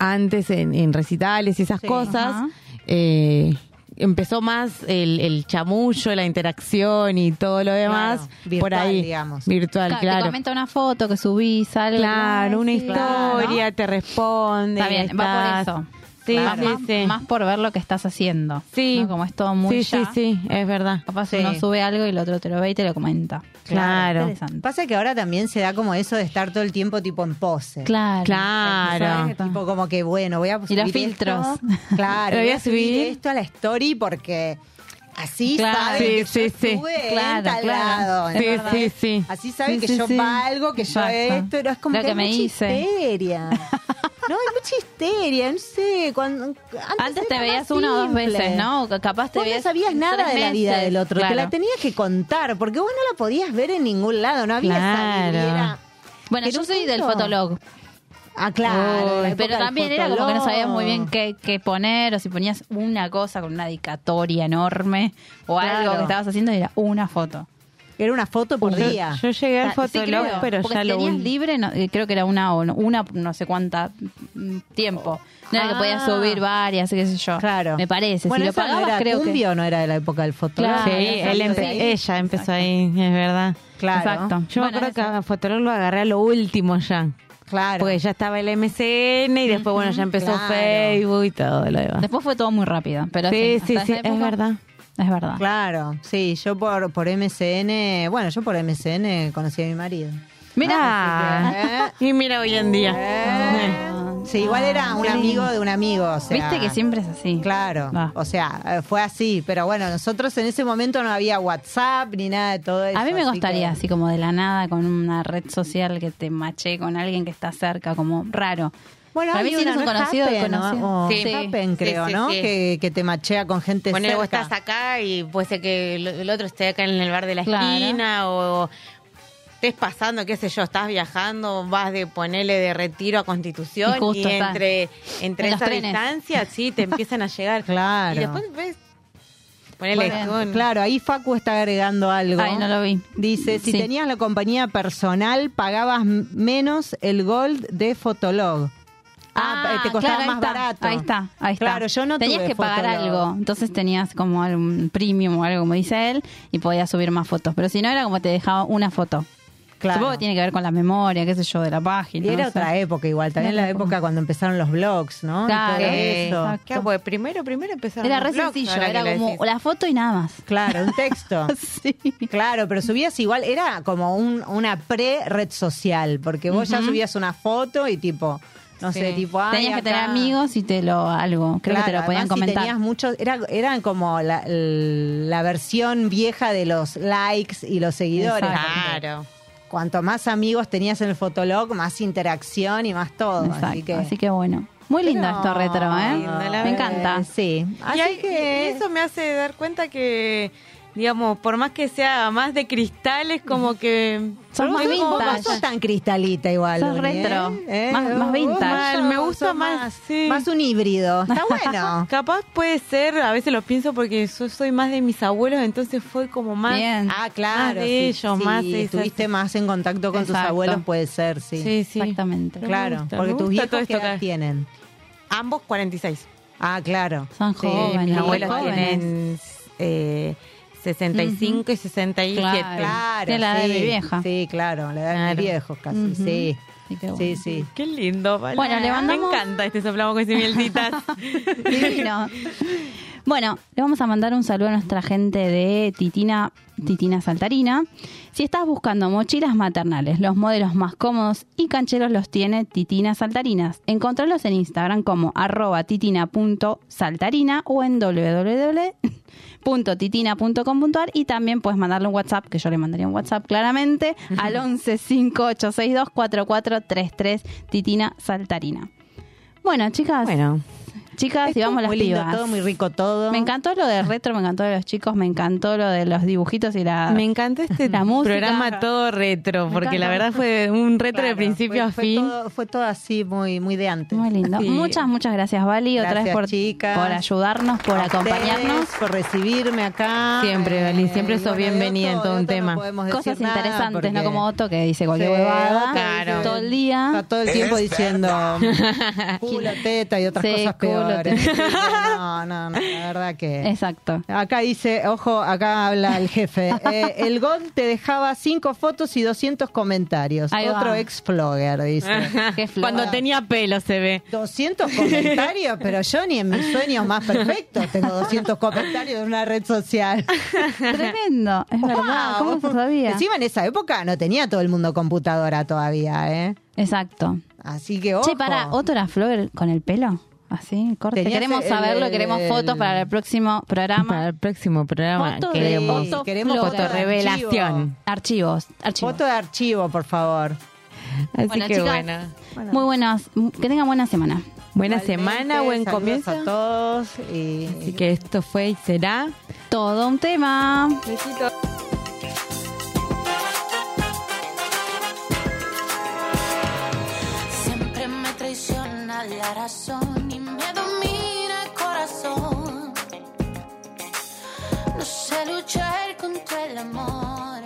Speaker 4: antes en, en recitales y esas
Speaker 5: Sí.
Speaker 4: cosas,
Speaker 3: Ajá.
Speaker 4: eh, empezó más el, el chamullo, la interacción y todo lo demás
Speaker 5: virtual,
Speaker 4: por ahí.
Speaker 5: digamos.
Speaker 4: Virtual,
Speaker 3: Claro, Te
Speaker 4: claro.
Speaker 3: comenta una foto que subís, algo.
Speaker 4: Claro, una
Speaker 3: Ay, sí,
Speaker 4: historia, te responde.
Speaker 3: Está bien, va
Speaker 4: estás-
Speaker 3: por eso.
Speaker 4: Sí,
Speaker 3: Va
Speaker 4: sí,
Speaker 3: más,
Speaker 4: sí.
Speaker 3: más por ver lo que estás haciendo.
Speaker 4: Sí.
Speaker 3: ¿no? Como es todo muy
Speaker 4: sí,
Speaker 3: ya.
Speaker 4: sí, sí, es verdad.
Speaker 3: Capaz
Speaker 5: Sí.
Speaker 3: uno sube algo y el otro te lo ve y te lo comenta.
Speaker 4: Claro.
Speaker 3: Interesante.
Speaker 5: Pasa que ahora también se da como eso de estar todo el tiempo tipo en pose.
Speaker 3: Claro.
Speaker 4: Claro.
Speaker 3: Exacto.
Speaker 5: Tipo como que bueno, voy a subir
Speaker 3: los filtros.
Speaker 5: esto. Claro,
Speaker 4: Lo voy a subir.
Speaker 5: esto a la story porque así
Speaker 4: Claro.
Speaker 5: saben
Speaker 4: Sí,
Speaker 5: que
Speaker 4: sí,
Speaker 5: yo
Speaker 4: sí.
Speaker 5: estuve en
Speaker 3: Claro,
Speaker 5: tal
Speaker 3: claro.
Speaker 5: lado,
Speaker 4: Sí,
Speaker 5: ¿entendés?
Speaker 4: sí, sí.
Speaker 5: Así saben
Speaker 4: Sí,
Speaker 5: que
Speaker 4: sí,
Speaker 5: yo
Speaker 4: sí.
Speaker 5: valgo, que yo
Speaker 3: Exacto.
Speaker 5: esto, pero es como
Speaker 3: Lo
Speaker 5: que,
Speaker 3: que
Speaker 5: hay
Speaker 3: me
Speaker 5: mucha
Speaker 3: hice.
Speaker 5: histeria. No, hay mucha histeria, no sé. Cuando, antes,
Speaker 3: Antes te
Speaker 5: era
Speaker 3: veías
Speaker 5: más
Speaker 3: una o dos
Speaker 5: simple.
Speaker 3: veces, ¿no? O ca- Capaz te
Speaker 5: Vos no
Speaker 3: veías.
Speaker 5: sabías nada
Speaker 3: tres
Speaker 5: de la vida
Speaker 3: meses.
Speaker 5: del otro,
Speaker 3: Claro.
Speaker 5: te la tenías que contar, porque vos no la podías ver en ningún lado, no había esa
Speaker 4: Claro.
Speaker 5: vidriera.
Speaker 3: Bueno,
Speaker 5: En
Speaker 3: yo
Speaker 5: un
Speaker 3: soy del
Speaker 5: punto-
Speaker 3: fotolog,
Speaker 5: Ah, claro. la época
Speaker 3: pero
Speaker 5: del
Speaker 3: también era como que no sabías muy bien
Speaker 5: fotolog.
Speaker 3: qué, qué poner, o si ponías una cosa con una dedicatoria enorme, o algo
Speaker 5: Claro.
Speaker 3: que estabas haciendo y era una foto.
Speaker 5: Era una foto por
Speaker 4: Yo,
Speaker 5: día.
Speaker 4: yo llegué al
Speaker 3: Ta- sí,
Speaker 4: fotolog,
Speaker 3: creo,
Speaker 4: pero
Speaker 3: porque
Speaker 4: ya
Speaker 3: si
Speaker 4: lo
Speaker 3: tenías libre, no, eh, creo que era una o no, una no sé cuánta mm, tiempo. No era que
Speaker 4: Ah.
Speaker 3: podías subir varias, qué sé yo.
Speaker 5: claro.
Speaker 3: Me parece.
Speaker 5: Bueno,
Speaker 3: si lo
Speaker 5: esa
Speaker 3: pagabas,
Speaker 5: no era
Speaker 3: creo
Speaker 5: cumbia
Speaker 3: que.
Speaker 5: o no era de la época del fotolog.
Speaker 3: Claro,
Speaker 4: Sí,
Speaker 3: había
Speaker 4: él
Speaker 3: salido
Speaker 4: empe-
Speaker 3: de ahí.
Speaker 4: ella empezó
Speaker 3: Exacto.
Speaker 4: ahí, es verdad.
Speaker 5: Claro.
Speaker 3: Exacto.
Speaker 4: Yo
Speaker 3: Bueno,
Speaker 4: me acuerdo que
Speaker 3: eso.
Speaker 4: a fotolog lo agarré a lo último ya.
Speaker 5: Claro.
Speaker 4: Porque ya estaba el MCN y después, bueno, ya empezó
Speaker 5: Claro.
Speaker 4: Facebook y todo lo demás.
Speaker 3: Después fue todo muy rápido. Pero
Speaker 4: Sí,
Speaker 3: sí,
Speaker 4: sí,
Speaker 3: hasta
Speaker 4: sí,
Speaker 3: esa
Speaker 4: es
Speaker 3: época-
Speaker 4: verdad.
Speaker 3: Es verdad.
Speaker 5: Claro, sí, yo por, por MCN, bueno, yo por MCN conocí a mi marido.
Speaker 4: Mira,
Speaker 5: Ah.
Speaker 3: ¿eh?
Speaker 4: y mira hoy en día.
Speaker 5: Sí, igual era un amigo de un amigo. o sea,
Speaker 3: Viste que siempre es así.
Speaker 5: Claro,
Speaker 3: Va.
Speaker 5: o sea, eh, fue así, pero bueno, nosotros en ese momento no había WhatsApp ni nada de todo eso.
Speaker 3: A mí me
Speaker 5: así
Speaker 3: gustaría,
Speaker 5: que-
Speaker 3: así como de la nada, con una red social que te maché con alguien que está cerca, como raro.
Speaker 5: Bueno,
Speaker 3: Tal
Speaker 5: hay
Speaker 3: vez si
Speaker 5: una,
Speaker 3: eres un
Speaker 5: ¿no?
Speaker 3: conocido de
Speaker 5: Happen, ¿no?
Speaker 3: conocido.
Speaker 5: O
Speaker 4: Sí.
Speaker 5: Happen, creo,
Speaker 4: Sí, sí,
Speaker 5: ¿no?
Speaker 4: sí.
Speaker 5: Que, que te machea con gente
Speaker 4: Ponele, vos
Speaker 5: cerca.
Speaker 4: estás acá y puede ser que el- el otro esté acá en el bar de la
Speaker 3: Claro.
Speaker 4: esquina o estés pasando, qué sé yo, estás viajando, vas de ponerle de retiro a Constitución
Speaker 3: Y
Speaker 4: y,
Speaker 3: justo está.
Speaker 4: entre, entre
Speaker 3: En los
Speaker 4: esa
Speaker 3: trenes.
Speaker 4: distancia, sí, te empiezan a llegar.
Speaker 5: Claro.
Speaker 4: Y después ves Ponele,
Speaker 5: Bueno,
Speaker 4: con-
Speaker 5: Claro, ahí Facu está agregando algo.
Speaker 3: Ay, no lo vi.
Speaker 5: Dice, si
Speaker 3: Sí.
Speaker 5: tenías la compañía personal, pagabas m- menos el gold de Fotolog. Ah, eh, te costaba
Speaker 3: claro, ahí
Speaker 5: más
Speaker 3: está,
Speaker 5: barato.
Speaker 3: Ahí está, ahí está.
Speaker 5: Claro, yo no
Speaker 3: Tenías
Speaker 5: tuve
Speaker 3: que pagar
Speaker 5: Fotolog.
Speaker 3: algo. Entonces tenías como un premium o algo, como dice él, y podías subir más fotos. Pero si no, era como te dejaba una foto.
Speaker 5: Claro.
Speaker 3: Supongo que tiene que ver con la memoria, qué sé yo, de la página.
Speaker 5: Y era
Speaker 3: no sé.
Speaker 5: otra época igual, también
Speaker 3: Era
Speaker 5: la
Speaker 3: otra
Speaker 5: época cuando empezaron los blogs, ¿no? Y
Speaker 3: Claro,
Speaker 5: todo
Speaker 4: Eh,
Speaker 5: eso.
Speaker 3: exacto.
Speaker 4: claro, porque primero, primero empezaron
Speaker 3: Era
Speaker 4: los
Speaker 3: re
Speaker 4: blogs,
Speaker 3: sencillo,
Speaker 4: ahora que
Speaker 3: era
Speaker 4: lo
Speaker 3: como
Speaker 4: decís.
Speaker 3: la foto y nada más.
Speaker 5: Claro, un texto.
Speaker 3: Sí.
Speaker 5: Claro, pero subías igual, era como un- una pre-red social, porque vos ya subías una foto y tipo, no
Speaker 4: Sí.
Speaker 5: sé, tipo, ay,
Speaker 3: Tenías que tener
Speaker 5: acá-
Speaker 3: amigos y te lo algo. Creo que te lo
Speaker 5: Claro,
Speaker 3: podían
Speaker 5: además, si
Speaker 3: comentar.
Speaker 5: tenías muchos, era, eran como la, la versión vieja de los likes y los seguidores.
Speaker 3: Exacto.
Speaker 4: Claro.
Speaker 5: Cuanto más amigos tenías en el fotolog, más interacción y más todo.
Speaker 3: Exacto,
Speaker 5: Así que,
Speaker 3: bueno. Muy lindo
Speaker 5: Pero-
Speaker 3: esto retro, ¿eh?
Speaker 4: lindo, la
Speaker 3: Me
Speaker 4: verdad.
Speaker 3: encanta.
Speaker 5: Eh, Sí. Así
Speaker 4: y, hay-
Speaker 5: que
Speaker 4: y eso me hace dar cuenta que, digamos, por más que sea más de cristales, como que...
Speaker 3: Sos muy
Speaker 5: Vos sos- vos
Speaker 3: vintage.
Speaker 5: no sos tan cristalita igual.
Speaker 3: Sos
Speaker 5: Uri, ¿eh?
Speaker 3: retro.
Speaker 5: ¿Eh?
Speaker 3: Más- más
Speaker 5: Vos
Speaker 3: vintage.
Speaker 5: sos-
Speaker 4: Me gusta
Speaker 5: sos
Speaker 4: más, sí.
Speaker 5: más un híbrido. Está bueno.
Speaker 4: Capaz puede ser, a veces lo pienso porque yo soy más de mis abuelos, entonces fue como más...
Speaker 3: Bien.
Speaker 5: Ah, claro.
Speaker 4: Más de
Speaker 5: sí,
Speaker 4: ellos,
Speaker 5: sí,
Speaker 4: más de esas-
Speaker 5: estuviste más en contacto con tus
Speaker 3: Exacto.
Speaker 5: abuelos, puede ser, sí.
Speaker 4: Sí, sí.
Speaker 3: Exactamente.
Speaker 5: Claro,
Speaker 4: Me gusta,
Speaker 5: porque
Speaker 4: me
Speaker 5: tus
Speaker 4: gusta
Speaker 5: hijos
Speaker 4: todo
Speaker 5: ¿qué
Speaker 4: esto
Speaker 5: edad
Speaker 4: que-
Speaker 5: tienen.
Speaker 4: Ambos 46.
Speaker 5: Ah, claro.
Speaker 3: Son
Speaker 4: Sí,
Speaker 3: jóvenes.
Speaker 4: mis
Speaker 3: muy
Speaker 4: abuelos
Speaker 3: jóvenes.
Speaker 4: tienen eh, 65 y 67.
Speaker 5: Claro.
Speaker 3: Tiene la edad de
Speaker 5: sí,
Speaker 3: mi vieja.
Speaker 5: Sí, claro, la edad de
Speaker 4: Claro.
Speaker 5: mis viejos casi,
Speaker 3: Ujú.
Speaker 5: sí.
Speaker 3: Así que
Speaker 5: Sí,
Speaker 3: bueno.
Speaker 5: sí.
Speaker 4: Qué lindo, Valen.
Speaker 3: Bueno, le mandamos-
Speaker 4: Me encanta este soplamos con mielditas.
Speaker 3: Divino. Bueno, le vamos a mandar un saludo a nuestra gente de Titina, Titina Saltarina. Si estás buscando mochilas maternales, los modelos más cómodos y cancheros los tiene Titina Saltarinas. Encontralos en Instagram como arroba titina.saltarina o en www.titina.com.ar y también puedes mandarle un WhatsApp, que yo le mandaría un WhatsApp claramente, al 11 5862 4433 Titina Saltarina. Bueno, chicas,
Speaker 4: bueno,
Speaker 3: Chicas, y vamos a las
Speaker 5: muy lindo
Speaker 3: pibas.
Speaker 5: todo, muy rico todo.
Speaker 3: Me encantó lo de retro, me encantó lo de los chicos, me encantó lo de los dibujitos y la...
Speaker 4: me encanta este
Speaker 3: La música.
Speaker 4: programa todo retro,
Speaker 3: Me
Speaker 4: porque la
Speaker 3: encanta.
Speaker 4: verdad fue un retro
Speaker 5: Claro,
Speaker 4: de principio
Speaker 5: fue-
Speaker 4: a
Speaker 5: fue
Speaker 4: fin.
Speaker 5: todo- fue todo así, muy, muy de antes.
Speaker 3: Muy lindo.
Speaker 4: Sí.
Speaker 3: Muchas, muchas gracias, Vali, otra vez
Speaker 5: Gracias,
Speaker 3: por,
Speaker 5: chicas.
Speaker 3: por ayudarnos, por
Speaker 5: A
Speaker 3: acompañarnos.
Speaker 5: ustedes, por recibirme acá.
Speaker 4: Siempre, Vali, siempre sos
Speaker 5: de
Speaker 4: bienvenida en
Speaker 5: otro-
Speaker 4: todo
Speaker 5: de
Speaker 4: un
Speaker 5: otro
Speaker 4: tema.
Speaker 5: no podemos decir
Speaker 3: Cosas
Speaker 5: nada
Speaker 3: interesantes, no
Speaker 5: porque-
Speaker 3: como Otto que dice cualquier
Speaker 5: Sí,
Speaker 3: huevada
Speaker 5: claro.
Speaker 3: todo el
Speaker 5: Está
Speaker 3: día.
Speaker 5: todo el tiempo diciendo culo, teta y otras
Speaker 3: Sí,
Speaker 5: cosas
Speaker 3: culo,
Speaker 5: peores.
Speaker 3: teta.
Speaker 5: Sí, No, no, no, la verdad que...
Speaker 3: Exacto.
Speaker 5: Acá dice, ojo, acá habla el jefe. Eh, el GOL te dejaba cinco fotos y 200 comentarios.
Speaker 3: Ahí va.
Speaker 5: Otro ex blogger dice.
Speaker 3: Qué flor.
Speaker 4: Cuando tenía pelo se ve.
Speaker 5: 200 comentarios, pero yo ni en mis sueños más perfectos tengo 200 comentarios en una red social.
Speaker 3: Tremendo, es verdad,
Speaker 5: Wow.
Speaker 3: ¿cómo se sabía?
Speaker 5: Encima en esa época no tenía todo el mundo computadora todavía, ¿eh?
Speaker 3: Exacto.
Speaker 5: Así que ojo.
Speaker 3: Che, para, ¿Otto era flor con el pelo? Así, corte.
Speaker 5: Tenías
Speaker 3: Queremos
Speaker 5: el-
Speaker 3: saberlo, queremos
Speaker 5: el-
Speaker 3: fotos para el próximo programa.
Speaker 4: Para el próximo programa
Speaker 3: Foto de-
Speaker 4: queremos
Speaker 5: Sí,
Speaker 3: Otto
Speaker 5: queremos
Speaker 3: Flor.
Speaker 5: foto de
Speaker 4: Fotorevelación.
Speaker 3: Archivos, archivos.
Speaker 5: Foto de archivo, por favor.
Speaker 4: Así
Speaker 3: Bueno,
Speaker 4: que
Speaker 3: chicas,
Speaker 4: bueno.
Speaker 3: Muy buenas, que tengan buena semana.
Speaker 4: Buena
Speaker 5: Igualmente,
Speaker 4: semana, buen
Speaker 5: saludos
Speaker 4: comienzo.
Speaker 5: a todos y
Speaker 4: Así que esto fue y será.
Speaker 3: Todo un tema.
Speaker 10: Siempre me traiciona la razón y me domina el corazón. No sé luchar contra el amor.